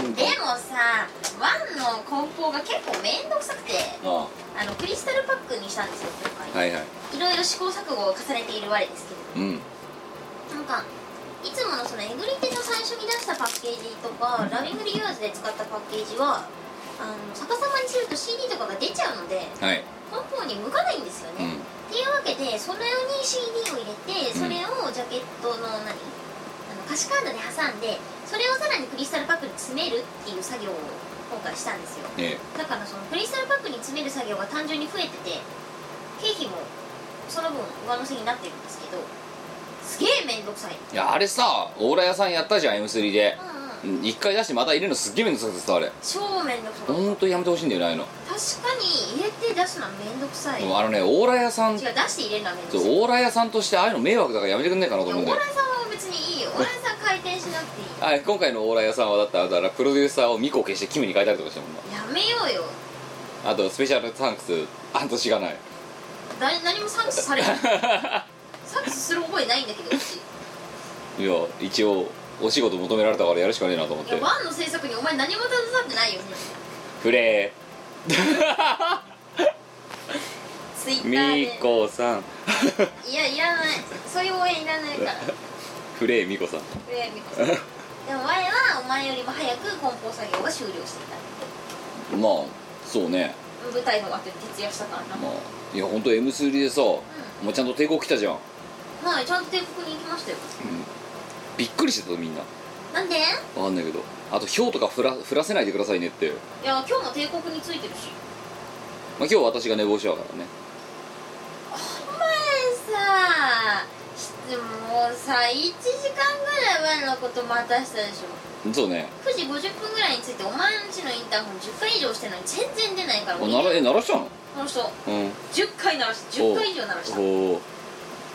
S1: でもさワンの梱包が結構めんどくさくて
S5: あ
S1: あのクリスタルパックにしたんですよ今回、
S5: あはいはい
S1: いろいろ試行錯誤を重ねている我ですけ
S5: うん
S1: どなんかいつものそのエグリテの最初に出したパッケージとかラビングリユーズで使ったパッケージはあの逆さまにすると CD とかが出ちゃうの
S5: は
S1: で
S5: い
S1: 梱包に向かないんですよ
S5: う
S1: ね、
S5: ん
S1: っていうわけでそれに CD を入れてそれをジャケットの何、あの歌詞カードで挟んでそれをさらにクリスタルパックに詰めるっていう作業を今回したんですよ
S5: ええ
S1: だからそのクリスタルパックに詰める作業が単純に増えてて経費もその分上乗せになってるんですけどすげえめんどくさい
S5: いやあれさオーラ屋さんやったじゃん M3 で
S1: うんうん
S5: うん一回出してまた入れるのすっげえ面倒くさくてさあれ
S1: 超めんどくさい確
S5: ほんとやめてほしいんだよねああいうの、
S1: かに入れて出すのはめんどくさい違
S5: もう
S1: う
S5: あのねオーラ屋さん
S1: 出して入れるのはめんど
S5: そ
S1: くさいう
S5: オーラ屋さんとしてああいうの迷惑だからやめてくんないかなと
S1: いや
S5: 思
S1: オ
S5: うん
S1: ー
S5: だ
S1: ラ
S5: よ
S1: さんは別にいいよオーラさん回転しなくてい
S5: あ
S1: い
S5: 今回のオーラ屋さんはだってあれだからプロデューサーをミコ消してキムに変えたりとかしてもんな
S1: やめようよ
S5: あとスペシャルサンクス半年がない
S1: だ何もサンクスされ ないサンクスする覚えないんだけど私い
S5: いや一応お仕事求められたからやるしかねえなと思って
S1: やワンの制作にお前何も携わってないよね
S5: フレ
S1: ツイッタ
S5: ー
S1: ー
S5: ミ
S1: で
S5: コさん
S1: いやいらないそういう応援いらないから
S5: フレーミコさん
S1: 上見子さんでも前はお前よりも早く梱包作業が終了してい
S5: まあそうね
S1: た舞台の後に徹夜したからな
S5: まあいや本当 M3 でさ、もうちゃんと帝国来たじゃん、
S1: はいちゃんと帝国に行きましたよ
S5: びっくりしてたぞみんな
S1: なんでいや
S5: わかんないけどあとひょうとか降ら降らせないでくださいねって、ま
S1: 今日も帝国についてるし
S5: あ、今日私が寝坊しちゃうからね
S1: お前さしもうさ1時間ぐらいワンのこと待たしたでしょ
S5: そうね
S1: 9時50分ぐらいについてお前んちのインターホン10回以上してるのに全然出ないから
S5: あ鳴らえ鳴らしたの
S1: この人
S5: うん
S1: 10回鳴らした10回以上鳴らした出ね
S5: おお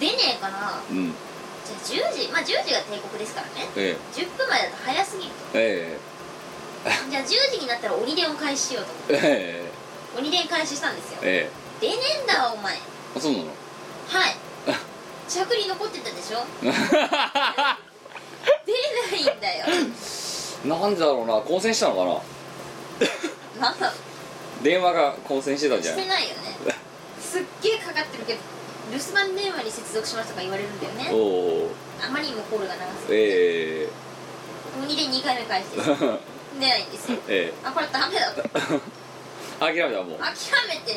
S1: えかな
S5: うん
S1: じゃあ10時まあ10時が帝国ですからね
S5: え
S1: 10分前だと早すぎる
S5: ええ
S1: とじゃあ10時になったら鬼電を開始しようと思
S5: ええ
S1: って鬼電開始したんですよ
S5: ええ
S1: 出ねえんだわお前はい
S5: あそうなの
S1: 着離残ってたで しょ出ないんだよ
S5: なんでだろうな混戦したのかな
S1: なんだ
S5: 電話が混戦してたんじゃ
S1: し
S5: な
S1: て
S5: い
S1: ないよねすっげえかかってるけど留守番電話に接続しますとか言われるんだよ
S5: お
S1: ね
S5: お
S1: あまりにもコールが長すぎて
S5: え
S1: 鬼で2回目返し て
S5: え
S1: 出ないんですよ
S5: ええ
S1: あこれダメだと
S5: 諦めたもう
S1: 諦めて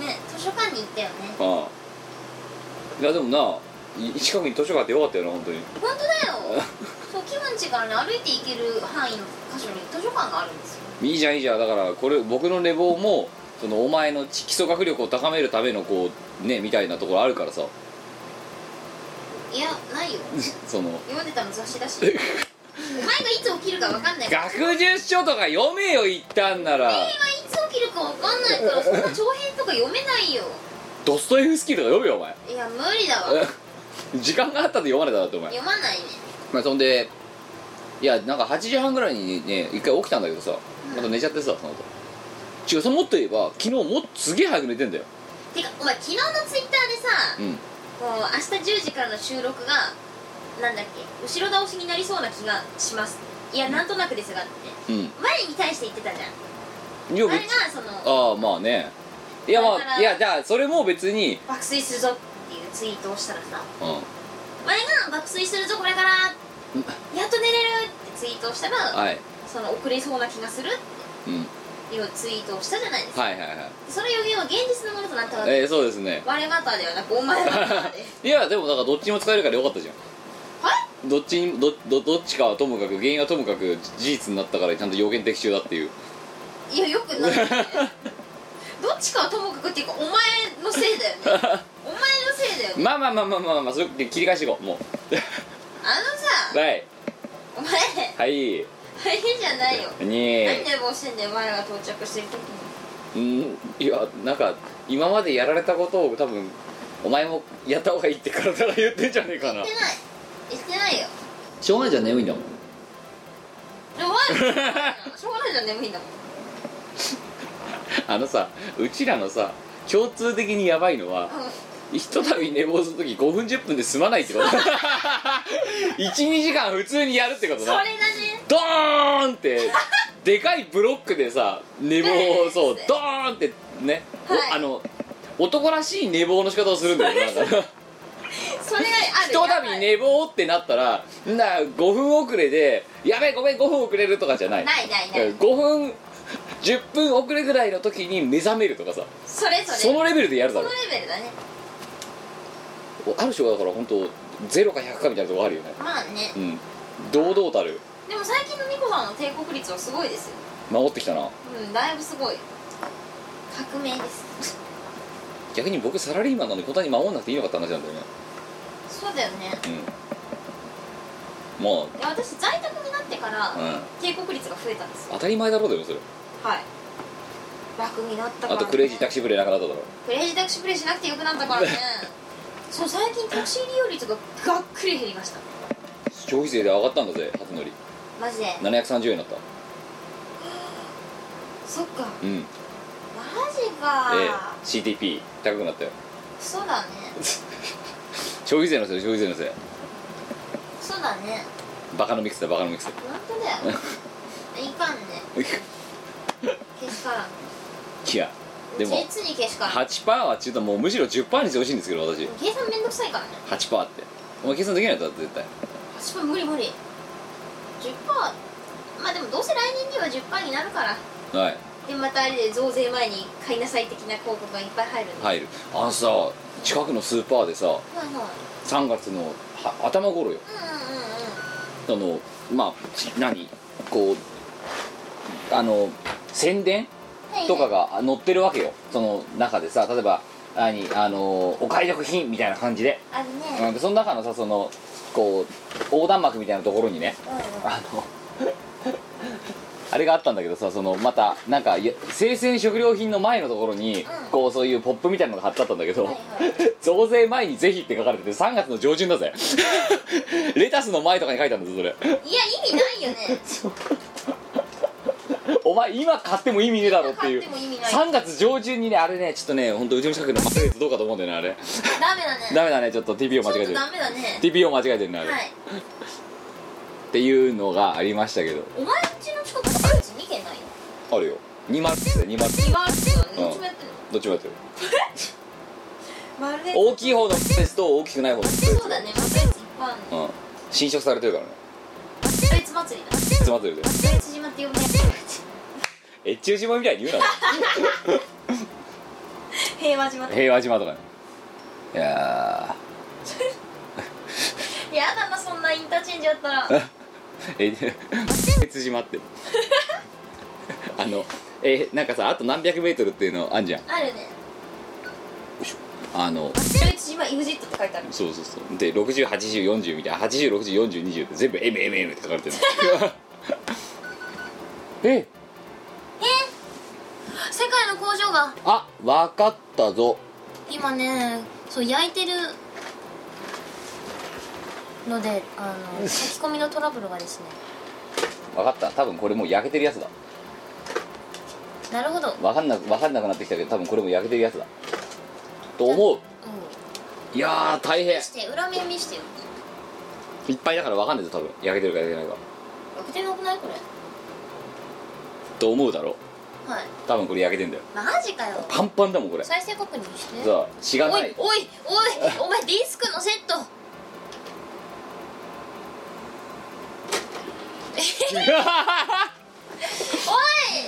S1: ね図書館に行ったよね
S5: ああいやでもない近くに図書館あってよかったよな本当に
S1: 本当だよそう気分違うね歩いて行ける範囲の箇所に図書館があるんですよ
S5: いいじゃんいいじゃんだからこれ僕の寝坊もそのお前の基礎学力を高めるためのこうねみたいなところあるからさ
S1: いやないよ
S5: その
S1: 読んでたの雑誌だしお前がいつ起きるか分かんないから
S5: 学術書とか読めよ一旦なら
S1: お前がいつ起きるか分かんないからそんな長編とか読めないよ
S5: ドストエフスキーとか読めよお前
S1: いや無理だわ
S5: 時間があったって読まれただってお前
S1: 読まないね
S5: まあ、そんでいやなんか8時半ぐらいにね一回起きたんだけどさ
S1: うん
S5: また寝ちゃってさその後違うそのもっと言えば昨日もっとすげえ早く寝てんだよ
S1: てかお前昨日のツイッターでさ
S5: うん
S1: こう明日10時からの収録がなんだっけ後ろ倒しになりそうな気がしますいやなんとなくですがって
S5: うん
S1: 前に対して言ってたじゃん
S5: いや
S1: あれ
S5: 別
S1: がその
S5: ああまあねいやま
S1: だか
S5: あ
S1: ら
S5: いやじゃあそれも別に
S1: 爆睡するぞっていうツイートをしたらさ
S5: う
S1: 前が爆睡するぞこれからやっと寝れるってツイートをしたら、
S5: んはい
S1: その遅れそうな気がする
S5: うん
S1: っていうツイートをしたじゃないですか、
S5: はいはいはい
S1: その予言は現実のものとなったわけ、
S5: えー、そうですね
S1: 我方ではなくお前 方で
S5: いやでもだからどっちにも使えるからよかったじゃん
S1: はい
S5: どっちにどどどっちかはともかく原因はともかく事実になったからちゃんと予言的中だっていう
S1: いやよくない、ね、どっちかはともかくっていうかお前のせいだよね お前のせいだよね
S5: まあまあまあまあまあまあそれ切り返していこう も
S1: あの
S5: う
S1: さ
S5: はい
S1: お前
S5: はい
S1: 大変じゃないよ何
S5: に
S1: 寝坊してんだよお前らが到着してる時に
S5: うんいやなんか今までやられたことを多分お前もやった方がいいって体が言ってんじゃねえか
S1: 言
S5: な
S1: ってない言ってないよ
S5: しょうがないじゃん眠いんだもん
S1: でも前も言ってないなしょうがないじゃん眠いんだもん
S5: あのさうちらのさ共通的にやばいのは
S1: うん
S5: ひとたび寝坊するとき5分10分で済まないってこと 12時間普通にやるってこと
S1: それ
S5: な
S1: だね
S5: ドーンってでかいブロックでさ寝坊をそう
S1: ね
S5: ドーンってね、お
S1: はい
S5: あの男らしい寝坊の仕方をするんだよなんか
S1: それがある
S5: ひとたび
S1: や
S5: 寝坊ってなったらな5分遅れで「やべえごめん5分遅れる」とかじゃな
S1: ばい
S5: い
S1: ないないない
S5: 5分10分遅れぐらいの時に目覚めるとかさ
S1: それそれ
S5: そのレベルでやるだ
S1: そ
S5: ろ
S1: のレベルだね
S5: ある種はだから本当ゼロか100かみたいなとこあるよね
S1: まあね
S5: うん堂々たる
S1: でも最近のニコさんの帝国率はすごいですよ
S5: 守ってきたな
S1: うんだいぶすごい革命です
S5: 逆に僕サラリーマンなのにこんなに守んなくていいのかって話なんだよね
S1: そうだよね
S5: うんま
S1: いや私在宅になってから、
S5: あ、うん、
S1: 帝国率が増えたんですよ
S5: 当たり前だろうだよそれ
S1: はい楽になったから、
S5: あ
S1: ね、
S5: とクレイジータクシーブレーなくなっただろ
S1: クレイジータクシープレイしなくてよくなった からねそう最近タクシー利用率ががっくり減りました
S5: 消費税で上がったんだぜ初乗り
S1: マジで
S5: 730円だった
S1: そっか
S5: うん
S1: マジか、
S5: で CTP 高くなったよ
S1: そうだね
S5: 消費税のせい消費税のせい
S1: そうだね
S5: バカのミックスだバカのミックス
S1: 本当だよいかんねけしからん
S5: いやでも
S1: 実にけしからん
S5: 8%はちょっともうむしろ10%にしてほしいんですけど私
S1: 計算めんどくさいからね
S5: 8%ってお前計算できないんだったら絶対
S1: 8%無理無理10%まあでもどうせ来年には10%になるから
S5: はい
S1: でまたあれで増税前に買いなさい的な広告がいっぱい入るんで、い、
S5: 入るあのさ近くのスーパーでさ
S1: はいはい
S5: 3月のは頭頃よ
S1: うんうんうんうん
S5: あのまあち何こうあの宣伝
S1: はいはい
S5: とかが載ってるわけよその中でさ例えば何あのお買い得品みたいな感じで、
S1: ある
S5: う
S1: ね
S5: ん、その中のさそのこう横断幕みたいなところにね
S1: うんうん
S5: あの あれがあったんだけどさそのまたなんかや生鮮食料品の前のところに、
S1: うん
S5: こうそういうポップみたいなのが貼ってあったんだけど、
S1: はいはい
S5: 増税前にぜひって書かれてて3月の上旬だぜ レタスの前とかに書いたんだぞそれ
S1: いや意味ないよ ね
S5: お前今買っても意味ねえだろっていう
S1: 買っても意味ない
S5: 3月上旬にねあれねちょっとね本当うちの近くのマーケットどうかと思うんだよねあれ
S1: ダメだね
S5: ダメだねちょっと TPO
S1: ちょ
S5: 間違
S1: っ
S5: えて
S1: と
S5: る
S1: ダメだね
S5: TPO 間違えてるねあれ、
S1: はい
S5: っていうのがありましたけど
S1: お前んちの近くマルチ2軒ないの
S5: あるよ2丸ですね2丸
S1: マルチなのどっちもやってんの
S5: どっちもやってる
S1: まるで
S5: 大きい方のスペースと大きくない方のスペー
S1: そうだねまた一般
S5: スうん侵食されてるからね
S1: スペース祭りだス
S5: いつまでるで
S1: ペース島って呼ぶやつ
S5: エッチウ島みたいに言うな
S1: 平和島って
S5: 平和島とかねいや
S1: やだなそんなインターチェンジあったら
S5: ーえ鉄島って あのえなんかさあと何百メートルっていうのあんじゃん
S1: あるね
S5: あの
S1: スペース島 EXIT って書いてある
S5: そうそうそうで608040みたいな80604020って全部 MMM って書かれてるの え
S1: 世界の工場が
S5: あわかったぞ
S1: 今ねそう焼いてるのであの炊き込みのトラブルがですね
S5: わかった多分これもう焼けてるやつだ
S1: なるほど、うん、
S5: わかんなわかんなくなってきたけど多分これも焼けてるやつだと思ういやー大変
S1: 見して裏面見してよ
S5: いっぱいだからわかんないぞ多分焼けてるか焼けてないか
S1: 焼けてなくないこれ
S5: と思うだろ
S1: はい
S5: 多分これ焼けてんだよ
S1: マジかよ
S5: パンパンだもんこれさ
S1: 再生確認して
S5: あ血が
S1: お
S5: ないい
S1: おいおいお前ディスクのセットおい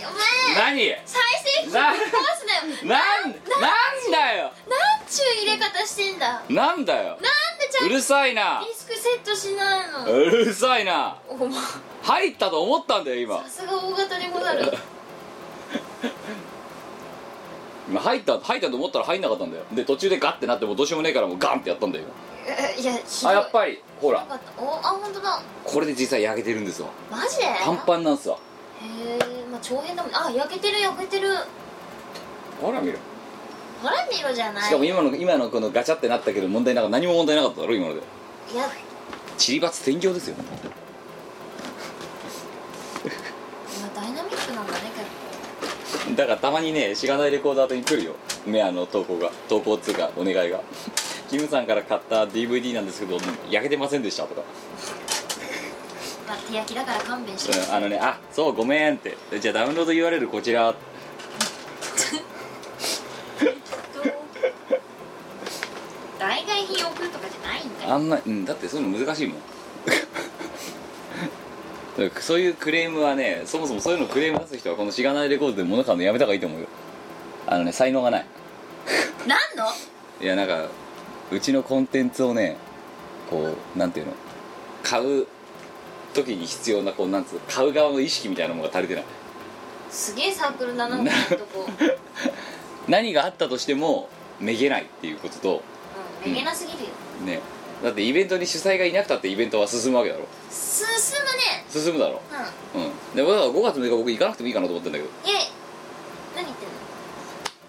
S1: お前
S5: 何
S1: 再生機
S5: な
S1: 壊すなよ
S5: なんなんだよ
S1: なんちゅう入れ方してんだなんで
S5: なんだよ
S1: ちゃ
S5: うん
S1: とデ
S5: るさいな
S1: ィスクセットしないうの
S5: るさいな
S1: お前
S5: 入ったと思ったんだよ今
S1: さすが大型でござる
S5: 今入った入ったと思ったら入んなかったんだよで途中でガッてなってもうどうしようもねえからもうガンってやったんだよ
S1: いやひ
S5: 今あ
S1: どい
S5: やっぱりほら
S1: よかったおあ本当だ
S5: これで実際焼けてるんですわ
S1: マジで
S5: パンパンなんすわ
S1: へえまあ長編だもんねあ焼けてる焼けてる
S5: ほら見ろ
S1: ほら見ろじゃない
S5: しかも今の今のこのガチャってなったけど問題なんか何も問題なかっただろ今ので
S1: いや
S5: チリバツ天井ですよ
S1: まあダイナミックなんだね
S5: だからたまにねしがないレコーダーとに来るよねあの投稿が投稿っつうかお願いが「キムさんから買った DVD なんですけど焼けてませんでした」とか
S1: 結構まあ手焼きだから勘弁し
S5: う
S1: て
S5: んあのね「あそうごめん」って「じゃあダウンロード URL こちら」
S1: 代替品送るとかじゃないんだよ
S5: あんまうんだってそういうの難しいもん だからそういうクレームはねそもそもそういうのクレーム出す人はこのしがないレコードで物買うのやめた方がいいと思うよあのね才能がない
S1: 何の
S5: いやなんかうちのコンテンツをねこうなんていうの買う時に必要なこうなんつう買う側の意識みたいなものが足りてない
S1: すげえサークルだなみたいなとこ
S5: 何があったとしてもめげないっていうことと
S1: うんめげなすぎるよ
S5: ねだってイベントに主催がいなくたってイベントは進むわけだろ
S1: 進むね
S5: 進むだろ
S1: う
S5: うんでもだから5月6日僕行かなくてもいいかなと思ってんだけど
S1: んイェイ何言ってんの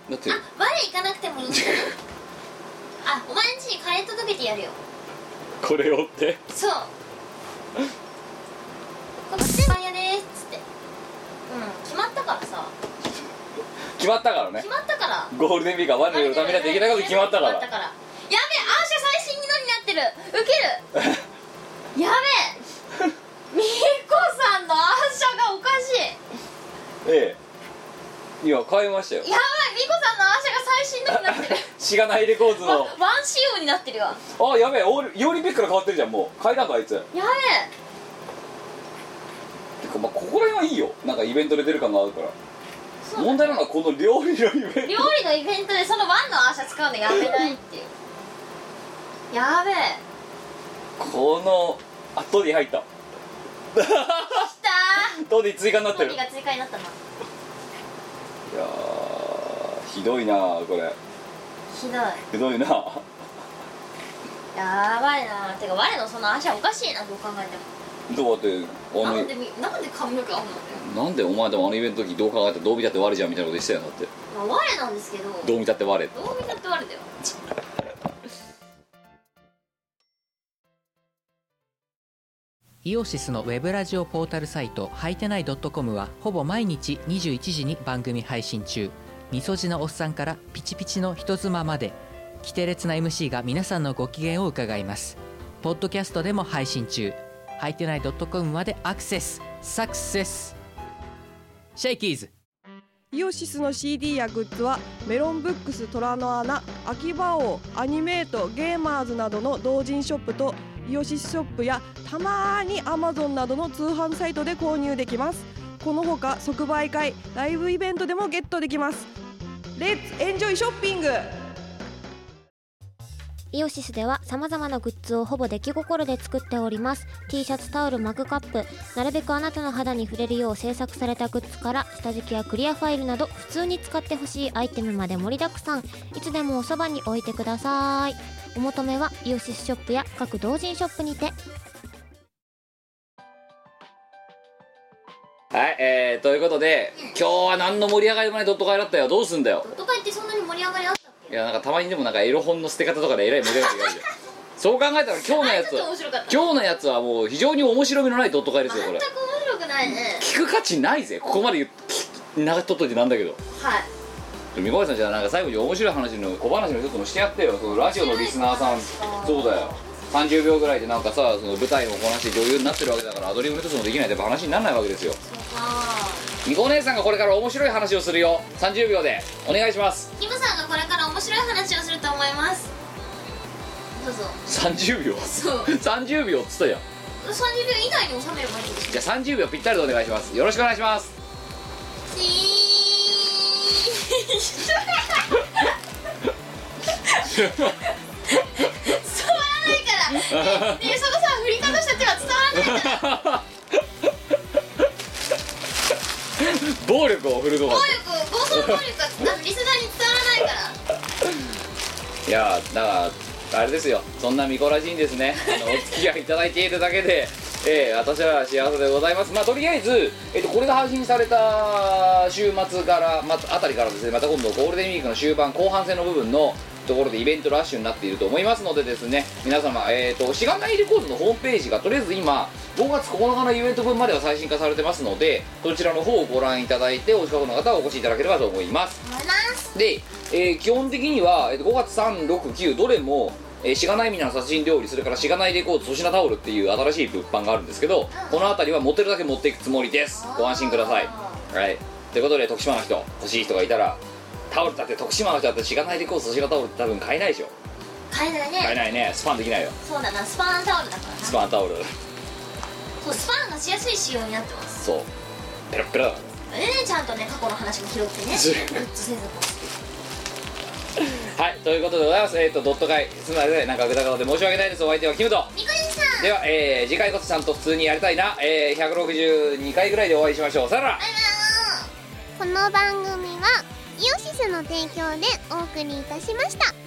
S5: だって
S1: あ我行かなくてもいいんだよあお前んちにカレー届けてやるよ
S5: これをって
S1: そうこのパン屋ですっつってうん決まったからさ
S5: 決まったからね
S1: 決まったから
S5: ゴールデンウィークはワンルのためにはできないこと決まったか
S1: や
S5: ら
S1: べえアーシャ最新のになってるウケ るやべえみこさんのアーシャがおかしい
S5: ええいや買いましたよ
S1: やばいみこさんのアーシャが最新のに なってる
S5: しがないレコーズ
S1: わ
S5: の
S1: ワン仕様になってるよや
S5: あやべえオールイオリンピックから変わってるじゃんもう変えたんかあいつ
S1: べえ
S5: てかまあここら辺はいいよなんかイベントで出る感があるから
S1: そう
S5: 問題なのはこの料理のイベン
S1: 料理のイベントでそのワンのアーシャ使うのやめないっていうやべえ
S5: トこのあトディ入った
S1: きたー
S5: トディ追加になって
S1: ト
S5: る
S1: リ
S5: い
S1: が
S5: や
S1: 追加になったな
S5: ーひどいなこれ
S1: ひどい
S5: ひどいな
S1: やばいなてか我のそのアーシャおかしいなどう考えても
S5: どうだってあの
S1: なんでみなんで髪の毛あんの
S5: なんでお前でもあのイベントの時どう考えてどう見たって悪じゃんみたいなこと言ってたよなって
S1: まあ我なんですけどど
S5: どう見たって悪
S1: う見たって我だよ
S6: イオシスのウェブラジオポータルサイトはいてない .com はほぼ毎日21時に番組配信中みそじのおっさんからピチピチの人妻まで規定列な MC が皆さんのご機嫌を伺いますポッドキャストでも配信中はいてない .com までアクセスサクセスシェイキーズ
S7: イオシスの CD やグッズはメロンブックス虎の穴秋葉王アニメートゲーマーズなどの同人ショップとイオシスショップやたまーに Amazon などの通販サイトで購入できますこのほか即売会ライブイベントでもゲットできますレッツエンジョイショッピング
S8: イオシスでは様々なグッズをほぼ出来心で作っております T シャツタオルマグカップなるべくあなたの肌に触れるよう制作されたグッズから下敷きやクリアファイルなど普通に使ってほしいアイテムまで盛りだくさんいつでもおそばに置いてくださいお求めはイオシスショップや各同人ショップにて
S5: はい、えー、ということで今日は何の盛り上がりもないドット会だったよどうすんだよ
S1: ドット会ってそんなに盛り上がりあったっ
S5: いやなんかたまにでもなんかエロ本の捨て方とかでえらい盛り上がってるじゃんそう考えたら今日の
S1: け
S5: や
S1: あれ
S5: つ
S1: ちょっと面白かった
S5: 今日のやつはもう非常に面白みのないドット会ですよ
S1: 全
S5: こ
S1: く
S5: れ
S1: 面白くないね
S5: 聞く価値ないぜここまで言っ長っとっといてなんだけど
S1: はい
S5: みこさんじゃあなんか最後に面白い話の小話の一つもしてやってよそのラジオのリスナーさんそうだよ30秒ぐらいでなんかさその舞台もこなして女優になってるわけだからアドリブの一つもできないとやっぱ話にならないわけですよ
S1: あ
S5: みこお姉さんがこれから面白い話をするよ30秒でお願いします
S1: ーキムさんがこれから面白い話をすると思いますどうぞ
S5: 30秒
S1: そう
S5: 30秒っつったじゃん
S1: 30秒以内に収めればいいんです
S5: じゃあ30秒ぴったりでお願いしますよろしくお願いします
S1: しー 伝わらないからででそこさ振り方した手は伝 わらないから
S5: 暴力を振るとか
S1: 暴力暴走暴力はあのリスナーに伝わらないから
S5: いやーだからあれですよそんなミコラジにですねあのお付き合いいただいているだけで、 えー私は幸せでございますまあとりあえず、えっとこれが配信された週末から、まあ、あたりからですねまた今度ゴールデンウィークの終盤後半戦の部分のところでイベントラッシュになっていると思いますのでですね皆様、えー、としがないレコードのホームページがとりあえず今5月9日のイベント分までは最新化されてますのでそちらの方をご覧いただいてお近くの方はお越しいただければと思います
S1: 思います
S5: で、えー基本的には、えっと5月369どれも、えーしがないみなの殺人料理それからしがないレコード粗品タオルっていう新しい物販があるんですけど、この辺りは持てるだけ持っていくつもりですご安心くださいはいということで徳島の人欲しい人がいたらタオルだって徳島の人だってしがないレコード粗品タオルって多分買えないでしょ
S1: 買えないね
S5: 買えないねスパンできないよ
S1: そうだなスパンタオルだからな
S5: スパンタオル
S1: そうスパンがしやすい仕様になってます
S5: そうペラッペラだ
S1: えー、ちゃんとね過去の話も拾ってねグッズ制作をして
S5: はいということでございますえっ、とドット会つまりねなんかぐだぐだで申し訳ないですお相手はキムと
S1: みこりんさん
S5: では、えー次回こそちゃんと普通にやりたいな、えー162回ぐらいでお会いしましょうさよなら
S8: この番組はイオシスの提供でお送りいたしました